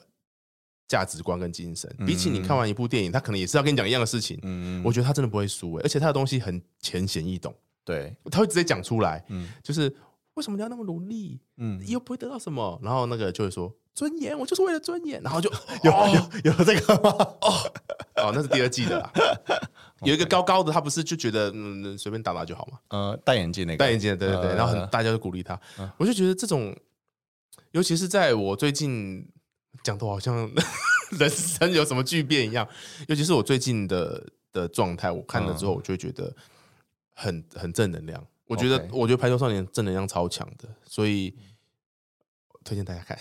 B: 价值观跟精神。比起你看完一部电影，他可能也是要跟你讲一样的事情。
A: 嗯，
B: 我觉得他真的不会输、欸，而且他的东西很浅显易懂，
A: 对，
B: 他会直接讲出来。
A: 嗯
B: 就是为什么你要那么努力？
A: 嗯，
B: 又不会得到什么。然后那个就会说尊严，我就是为了尊严。然后就
A: 有
B: 哦
A: 有有这个吗？
B: 哦，那是第二季 的啦。有一
A: 哦
B: 个高高的，他不是就觉得嗯随便打打就好嘛，
A: 呃，戴眼镜那个，
B: 戴眼镜的，对对对，
A: 呃嗯
B: 然后很大家就鼓励他。我就觉得这种，尤其是在我最近讲的，好像 人生有什么巨变一样。尤其是我最近的的状态，我
A: 嗯
B: 看了之后，我就会觉得很很正能量。我觉得
A: OK，嗯
B: 我觉得《排球少年》正能量超强的，所以推荐大家看，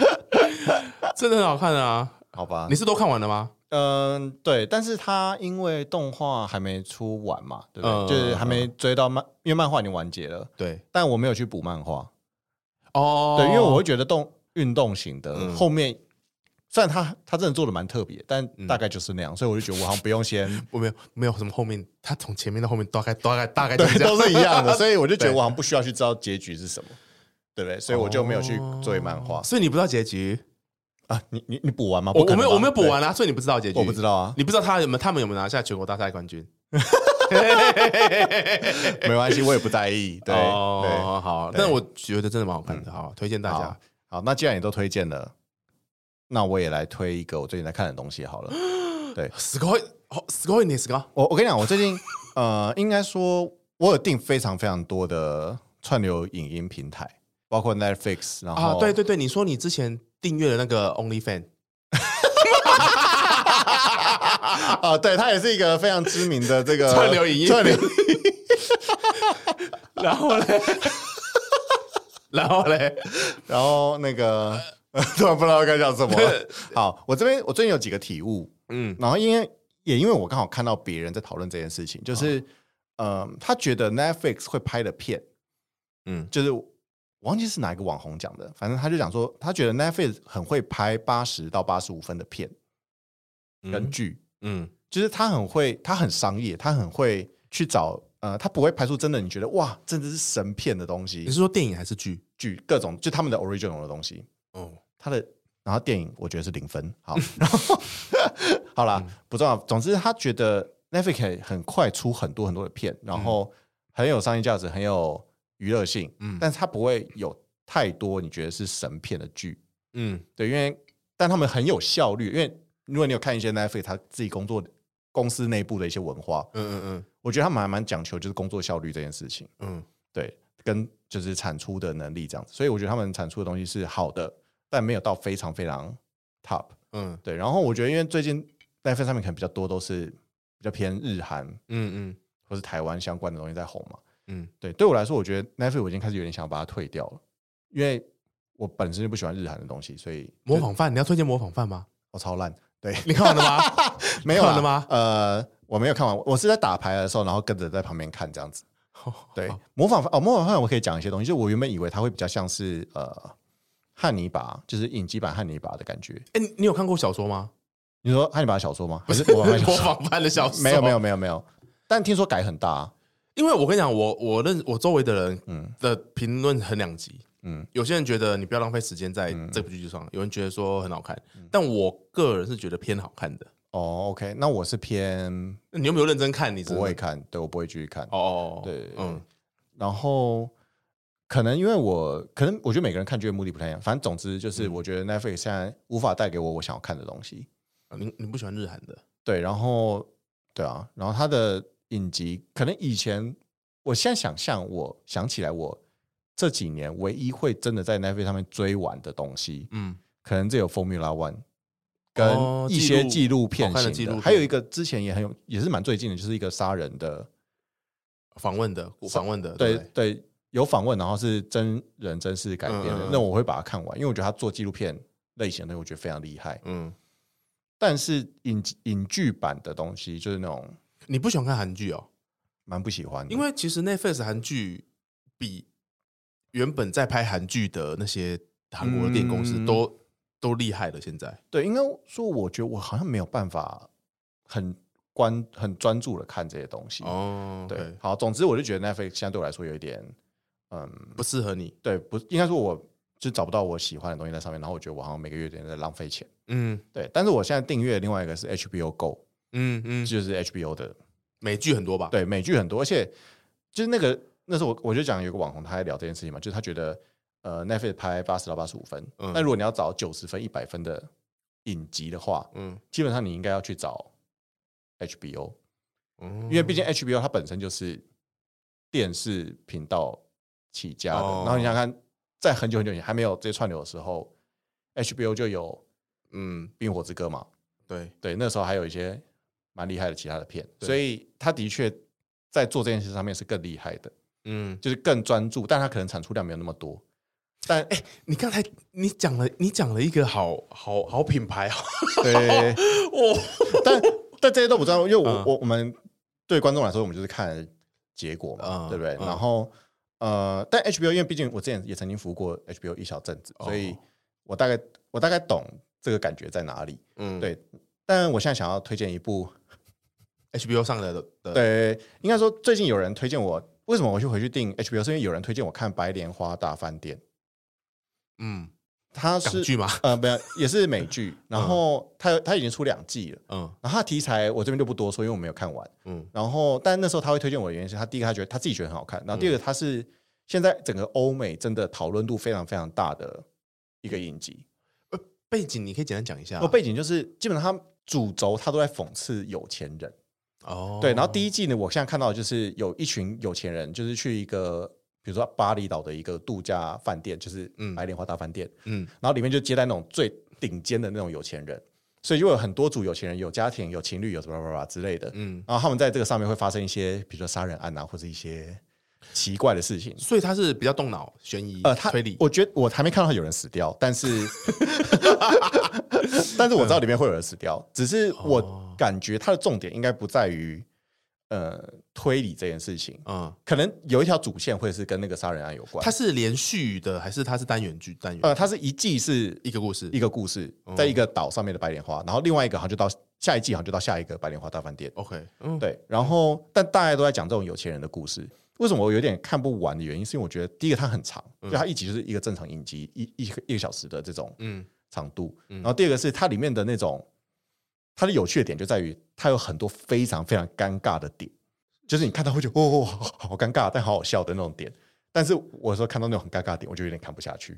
B: 真的很好看啊！
A: 好吧？
B: 你是都看完了吗？
A: 嗯，对，但是他因为动画还没出完嘛，对不
B: 嗯
A: 对？就是还没追到漫，因为漫画已经完结了，
B: 对，
A: 但我没有去补漫画，
B: 哦，
A: 对，因为我会觉得动运动型的、
B: 嗯
A: 后面，虽然他他真的做的蛮特别，但
B: 嗯
A: 大概就是那样，所以我就觉得我好像不用 先，
B: 我没有没有什么后面，他从前面到后面大概大概大概就
A: 对
B: 是，哎 这样
A: 都是一样的，所以我就觉得
B: 对
A: 我好像不需要去知道结局是什么，对不对？所以我就没有去追漫画、
B: 哦所以你不知道结局。
A: 啊。你你你补完吗？
B: 我
A: 不可
B: 我
A: 能
B: 没有
A: 吧
B: 我没有补，
A: 对
B: 完啊，所以你不知道结局，
A: 我不知道 啊，
B: 你不知道他有没有他们有没有拿下全国大赛冠军？
A: 没关系，我也不在意。对对，
B: 哦，好，
A: 对
B: 但我觉得真的蛮好看的，嗯好，推荐大
A: 好
B: 家。
A: 好，那既然你都推荐了，那我也来推一个我最近在看的东西好了。
B: すごい、好すごいですが，
A: 我我跟你讲，我最近呃，应该说我有订非常非常多的串流影音平台，包括 Netflix，然
B: 啊
A: 后，
B: 对对对，你说你之前订阅了那个 OnlyFan，
A: 啊、对，它也是一个非常知名的这个
B: 串流影音
A: 串流
B: 然后嘞， 然后嘞，
A: 然后那个 突然不知道该讲什么 了。好，我这边我最近有几个体悟，
B: 嗯
A: 然后因为也因为我刚好看到别人在讨论这件事情，
B: 哦
A: 就是、呃，他觉得 Netflix 会拍的片，
B: 嗯
A: 就是我忘记是哪一个网红讲的，反正他就讲说，他觉得 Netflix 很会拍八十到八十五分的片跟
B: 嗯
A: 剧，
B: 嗯
A: 就是他很会，他很商业，他很会去找呃，他不会拍出真的你觉得哇，真的是神片的东
B: 你
A: 西
B: 是，说电影还是剧？
A: 剧各种就他们的 original 的东西，
B: 哦，
A: 他的。然后电影我觉得是零分，好，然后好啦，不重要。总之，他觉得 Netflix 很快出很多很多的片，然后很有商业价值，很有娱乐性，
B: 嗯
A: 但是它不会有太多你觉得是神片的剧，
B: 嗯
A: 对，因为但他们很有效率，因为如果你有看一些 Netflix 他自己工作公司内部的一些文化，
B: 嗯嗯
A: 我觉得他们还蛮讲求就是工作效率这件事情，
B: 嗯
A: 对，跟就是产出的能力这样子，所以我觉得他们产出的东西是好的，但没有到非常非常 top，
B: 嗯
A: 对，然后我觉得因为最近 Netflix 上面可能比较多都是比较偏日韩
B: 嗯
A: 或是台湾相关的东西在红嘛，
B: 嗯
A: 对，对我来说，我觉得 Netflix 我已经开始有点想把它退掉了，因为我本身就不喜欢日韩的东西，所以就
B: 模仿犯，你要推荐模仿犯吗？
A: 我超烂。对，
B: 你看完了 吗？
A: 没有啦
B: 看了吗
A: 呃，我没有看完，我是在打牌的时候，然后跟着在旁边看这样子。对，模仿犯哦，模仿犯我可以讲一些东西，就我原本以为它会比较像是呃汉尼拔，就是影集版汉尼拔的感觉。
B: 哎，你你有看过小说吗？
A: 你说汉尼拔的小说吗？还 是模仿犯小
B: 模
A: 说？
B: 仿犯的小 说
A: 没有没有没有没有，但听说改很大、啊。
B: 因为我跟你讲，我我认我周围的人，
A: 嗯
B: 的评论很两极。
A: 嗯
B: 嗯，有些人觉得你不要浪费时间在这部剧上，有人觉得说很好看，但我个人是觉得偏好看的。
A: 哦，OK，那我是偏
B: 那你有没有认真看？你真
A: 不
B: 的
A: 会看，对我不会继续看。
B: 哦哦，哦
A: 对
B: 嗯
A: 然后可能因为我可能我觉得每个人看剧的目的不太一样，反正总之
B: 嗯
A: 就是我觉得 Netflix 现在无法带给我我想要看的东西。
B: 啊你你不喜欢日韩的？
A: 对，然后对啊，然后它的影集可能以前，我现在想象，我想起来我。这几年唯一会真的在 Netflix 上面追完的东西，
B: 嗯，
A: 可能这有 Formula One，
B: 哦
A: 跟一些
B: 纪
A: 纪
B: 录
A: 录片
B: 好看的纪
A: 型
B: 录片
A: 还有一个之前也很有，也是蛮最近的，就是一个杀人的，
B: 访问的，访问的，
A: 对
B: 不
A: 对，有访问，然后是真人真事改编的，
B: 嗯嗯嗯
A: 那我会把它看完，因为我觉得他做纪录片类型的东西，我觉得非常厉害。
B: 嗯，
A: 但是影影剧版的东西，就是那种
B: 你不喜欢看韩剧哦？
A: 蛮不喜欢的，
B: 因为其实 Netflix 韩剧比原本在拍韩剧的那些韩国的电影公司
A: 嗯
B: 都、都厉害了。现在，
A: 对，应该说，我觉得我好像没有办法很关很专注的看这些东西。
B: 哦
A: 嗯对
B: OK
A: 好，总之我就觉得 Netflix 现在对我来说有一点，嗯，
B: 不适合你。
A: 对，不应该说我就找不到我喜欢的东西在上面，然后我觉得我好像每个月有点在浪费钱。
B: 嗯
A: 对，但是我现在订阅另外一个是 HBO Go，
B: 嗯嗯，
A: 就是 HBO 的
B: 美剧很多吧？
A: 对，美剧很多，而且就是那个那时候我我就讲有个网红他在聊这件事情嘛，就是他觉得呃 Netflix 拍八十到八十五分，
B: 嗯
A: 那、如果你要找九十分、一百分的影集的话，
B: 嗯，
A: 基本上你应该要去找 HBO，
B: 因
A: 因为毕竟 HBO 它本身就是电视频道起家的，
B: 哦
A: 然后你想想看，在很久很久以前还没有这些串流的时候，HBO 就有《
B: 嗯，
A: 冰火之歌》嘛，
B: 对，
A: 对，那时候还有一些蛮厉害的其他的片，
B: 对
A: 所以他的确在做这件事上面是更厉害的，
B: 嗯，
A: 就是更专注，但他可能产出量没有那么多。但哎、
B: 你刚才你讲了，你讲了一个好好好品牌 哦，
A: 对，
B: 哦，
A: 哎 但但这些都不重要，因为我、
B: 嗯
A: 我我们对观众来说，我们就是看结果嘛，
B: 嗯
A: 对不对？
B: 嗯
A: 然后呃，但 HBO 因为毕竟我之前也曾经服务过 HBO 一小阵子，所以
B: 哦
A: 我大概我大概懂这个感觉在哪里。
B: 嗯，
A: 对但我现在想要推荐一部，
B: ，HBO 上的的，
A: 对，应该说最近有人推荐我，为什么我去回去订 HBO？是因为有人推荐我看《白莲花大饭店》，
B: 嗯，
A: 它
B: 港
A: 是
B: 剧嘛，
A: 呃，没有，也是美剧，然后它它已经出两季了，
B: 嗯
A: 然后它题材我这边就不多说，因为我没有看完。
B: 嗯
A: 然后，但那时候他会推荐我的原因是他第一个他觉得他自己觉得很好看，然后第二个他是现在整个欧美真的讨论度非常非常大的一个影集。
B: 背景你可以简单讲一下
A: 然哦后背景就是基本上他主轴他都在讽刺有钱人，
B: 哦，
A: 对。然后第一季呢，我现在看到的就是有一群有钱人，就是去一个比如说巴厘岛的一个度假饭店，就是
B: 嗯
A: 白莲花大饭店，
B: 嗯
A: 然后里面就接待那种最顶尖的那种有钱人，所以就有很多组有钱人，有家庭，有情侣，有什么什么什么之类的，
B: 嗯，
A: 然后他们在这个上面会发生一些，比如说杀人案啊，或者一些奇怪的事情。
B: 所以他是比较动脑、悬疑、
A: 呃，他
B: 推理，
A: 我觉得我还没看到有人死掉，但是， 但是我知道里面会有人死
B: 嗯
A: 掉，只是我
B: 哦
A: 感觉它的重点应该不在于呃推理这件事情，
B: 嗯，
A: 可能有一条主线会是跟那个杀人案有关
B: 它。是连续的还是它是单元剧？单元
A: 呃，它是一季是
B: 一个故事
A: 一个故事，
B: 嗯
A: 在一个岛上面的白莲花，然后另外一个好像就到下一季好像就到下一个白莲花大饭店。
B: ，OK，嗯，
A: 对，然后但大家都在讲这种有钱人的故事。为什么我有点看不完的原因，是因为我觉得第一个它很长，就它一集就是一个正常影集一一个一个小时的这种
B: 嗯
A: 长度。
B: 嗯
A: 然后第二个是它里面的那种，它的有趣的点就在于它有很多非常非常尴尬的点，就是你看到会觉得哦，好好尴尬，但好好笑的那种点。但是我说看到那种很尴尬的点，我就有点看不下去。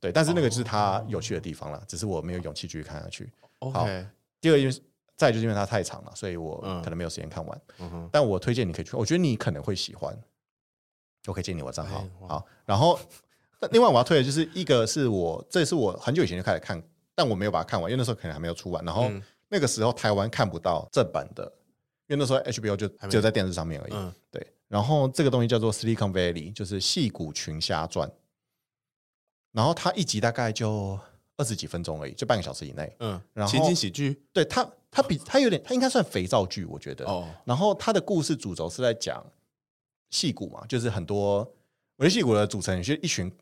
A: 对，但是那个就是它有趣的地
B: 哦
A: 方啦，只是我没有勇气继续看下去。好
B: ，OK，
A: 第二个就是，再来就是因为它太长了，所以我
B: 嗯
A: 可能没有时间看完。
B: 嗯哼，
A: 但我推荐你可以去，我觉得你可能会喜欢。我可以借你我账号
B: 哎，哇
A: 好。然后，但另外我要推的就是一个是我，这也是我很久以前就开始看，但我没有把它看完，因为那时候可能还没有出完。然后
B: 嗯
A: 那个时候台湾看不到正版的，因为那时候 HBO 就
B: 还没
A: 只有在电视上面而已。
B: 嗯，
A: 对。然后这个东西叫做《Silicon Valley》，就是《戏骨群虾传》，然后它一集大概就二十几分钟而已，就半个小时以内。
B: 嗯，
A: 然后
B: 情景喜剧
A: 对它，它比它有点，它应该算肥皂剧，我觉得。
B: 哦，
A: 然后他的故事主轴是在讲戏骨嘛，就是很多我觉得戏骨的组成是一群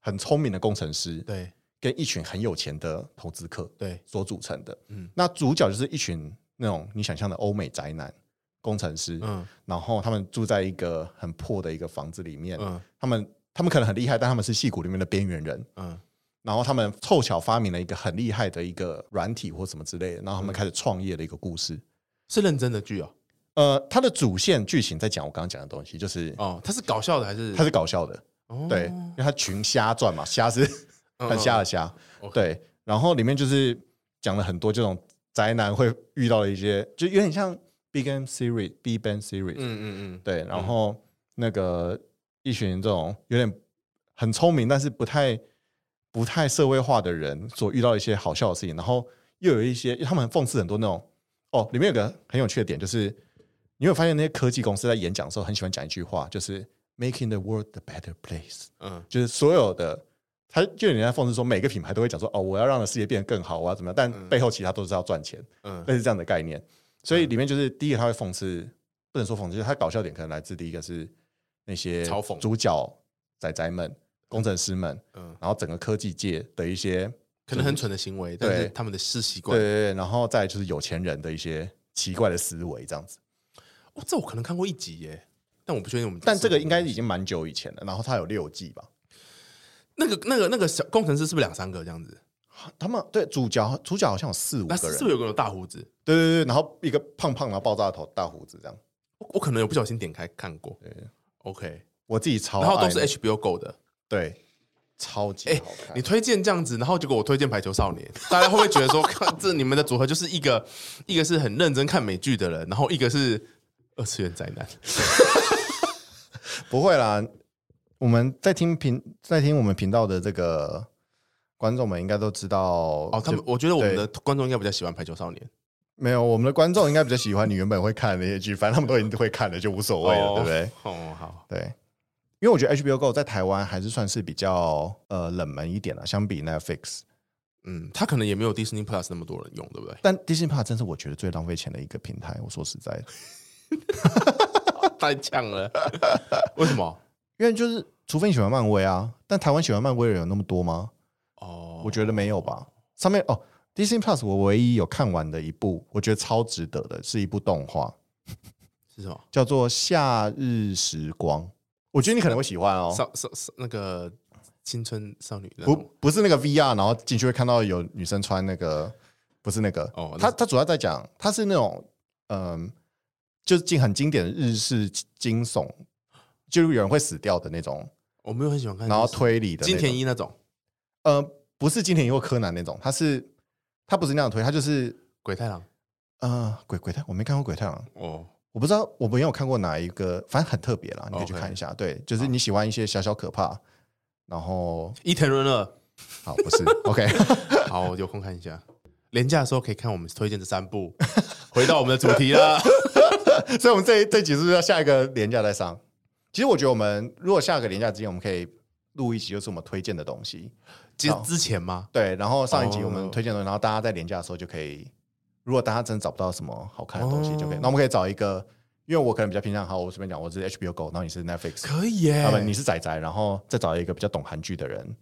A: 很聪明的工程师
B: 对
A: 跟一群很有钱的投资客
B: 对，
A: 所组成的。
B: 嗯
A: 那主角就是一群那种你想象的欧美宅男工程师，
B: 嗯
A: 然后他们住在一个很破的一个房子里面，
B: 嗯
A: 他们他们可能很厉害，但他们是戏骨里面的边缘人。
B: 嗯
A: 然后他们凑巧发明了一个很厉害的一个软体或什么之类的，然后
B: 嗯
A: 他们开始创业的一个故事。
B: 是认真的剧哦，
A: 呃，它的主线剧情在讲我刚刚讲的东西，就是
B: 哦，它是搞笑的还是
A: 它是搞笑的，
B: 哦
A: 对，因为它群虾传嘛，虾是
B: 嗯
A: 很虾的虾，
B: OK
A: 对，然后里面就是讲了很多这种宅男会遇到的一些，就有点像 Big Bang Series、Big Bang Series，、
B: 嗯嗯嗯，
A: 对，然后那个一群这种有点很聪明，但是不太不太社会化的人所遇到的一些好笑的事情，然后又有一些他们很讽刺很多那种哦，里面有个很有趣的点就是，你有发现那些科技公司在演讲的时候很喜欢讲一句话，就是 “making the world the better place”，
B: 嗯
A: 就是所有的。他就有人在讽刺说，每个品牌都会讲说，哦，我要让世界变得更好，我要怎么样？但背后其他都是要赚钱。
B: 嗯
A: 类似这样的概念。所以里面就是第一个他会讽刺，不能说讽刺，就是他搞笑点可能来自第一个是那些
B: 嘲讽
A: 主角仔仔们、工程师们，
B: 嗯，
A: 然后整个科技界的一些
B: 可能很蠢的行为，但是
A: 对
B: 他们的是习
A: 对对
B: 惯，
A: 对，然后再来就是有钱人的一些奇怪的思维这样子。
B: 哦，这我可能看过一集耶，但我不确定我们，
A: 但这个应该已经蛮久以前了，然后它有六季吧。
B: 那个那个那个小工程师是不是两三个这样子？
A: 他们对主角主角好像有四五
B: 那
A: 个
B: 是
A: 人
B: 是不，是有个人有大胡子？
A: 对对对，然后一个胖胖然后爆炸头大胡子这样，
B: 我我可能有不小心点开看过
A: 对
B: ，OK，
A: 我自己超
B: 然后都
A: 哦爱
B: 是
A: 那
B: HBO Go 的。
A: 对，超级
B: 哎
A: 好看。
B: 你推荐这样子，然后结果我推荐《排球少 年》，大家会不会觉得说，看这你们的组合就是一个一个是很认真看美剧的人，然后一个是二次元宅男？
A: 不会啦，我们在听频在听我们频道的这个观众们应该都知道
B: 哦
A: 哦，
B: 他们我觉得我们的观众应该比较喜欢《排球少年
A: 没有我们的观众应该比较喜欢你原本会看的那些剧，反正他们都已经会看了，就无所谓了，
B: 哦
A: 对不对？》。
B: 哦，好，
A: 对，因为我觉得 HBO Go 在台湾还是算是比较呃冷门一点啦，相比 Netflix，
B: 嗯，他可能也没有 Disney Plus 那么多人用，对 不对？
A: 但 Disney Plus 真是我觉得最浪费钱的一个平台。我说实在的，
B: 太呛了，为什么？
A: 因为就是除非你喜欢漫威啊，但台湾喜欢漫威的人有那么多吗？
B: 哦，
A: 我觉得没有吧。上面哦，Disney Plus 我唯一有看完的一部，我觉得超值得的，是一部动画，
B: 是什么？
A: 叫做《夏日时光》。我觉得你可能会喜欢哦，
B: 少少少那个青春少女那
A: 不
B: 种
A: 不是那个 VR，然后进去会看到有女生穿那个，不是那个
B: 哦
A: 他
B: 那
A: 他主要在讲，他是那种嗯、就是经很经典的日式惊悚，就是有人会死掉的那种，
B: 我没有很喜欢看，
A: 然后推理的那
B: 金
A: 种。
B: 田一那种
A: 呃，不是金田一或柯南那种，他是他不是那样推，他就是
B: 鬼太郎
A: 呃鬼鬼太，我没看过鬼太郎，
B: 哦，
A: 我不知道我没有看过哪一个，反正很特别啦，你可以去看一下。对，就是你喜欢一些小小可怕，然后
B: 伊藤润二。
A: 好不是 OK，
B: 好，我有空看一下。廉价的时候可以看我们推荐这三部。 回到我们的主题 了，
A: 所以我们这一这一集是不是要下一个廉价再上？其实我觉得我们如果下个廉价之前，我们可以录一集，就是我们推荐的东西。
B: 之
A: 好
B: 之前吗？
A: 对，然后上一集
B: 哦
A: 我们推荐的东西，然后大家在廉价的时候就可以，如果大家真的找不到什么好看的东西，
B: 哦
A: 就可以，那我们可以找一个，因为我可能比较偏向，好，我随便讲，我是 HBO Go，然后你是 Netflix，
B: 可以耶
A: 他啊们你是仔仔，然后再找一个比较懂韩剧的人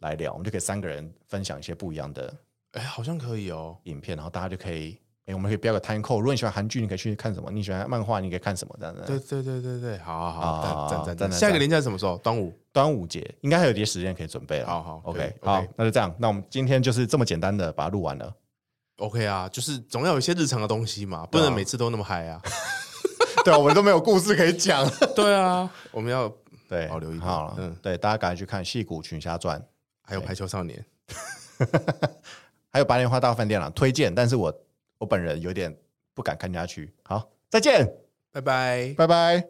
A: 来聊，我们就可以三个人分享一些不一样的
B: 哎，好像可以哦。
A: 影片，然后大家就可以，哎，我们可以标个 time code，如果你喜欢韩剧，你可以去看什么；你喜欢漫画，你可以看什么，这样子。
B: 对对对对对，好好好，
A: 啊
B: 赞赞赞
A: 赞
B: 赞！
A: 赞
B: 下一个廉价是什么时候？端午。
A: 端午节应该还有一些时间可以准备了。
B: 好好可以
A: ，OK，好，
B: ，OK
A: 那就这样，那我们今天就是这么简单的把它录完了。
B: OK 啊，就是总要有一些日常的东西嘛，不
A: 对啊
B: 能每次都那么嗨啊。
A: 对啊，我们都没有故事可以讲。
B: 对啊，我们要
A: 对，
B: 保留一点
A: 好了，
B: 嗯
A: 对，大家赶快去看《戏骨群侠传》，
B: 还有排球少年，
A: 还有《白莲花大饭店》啦，推荐。但是我我本人有点不敢看下去。好，再见，
B: 拜拜。
A: 拜拜。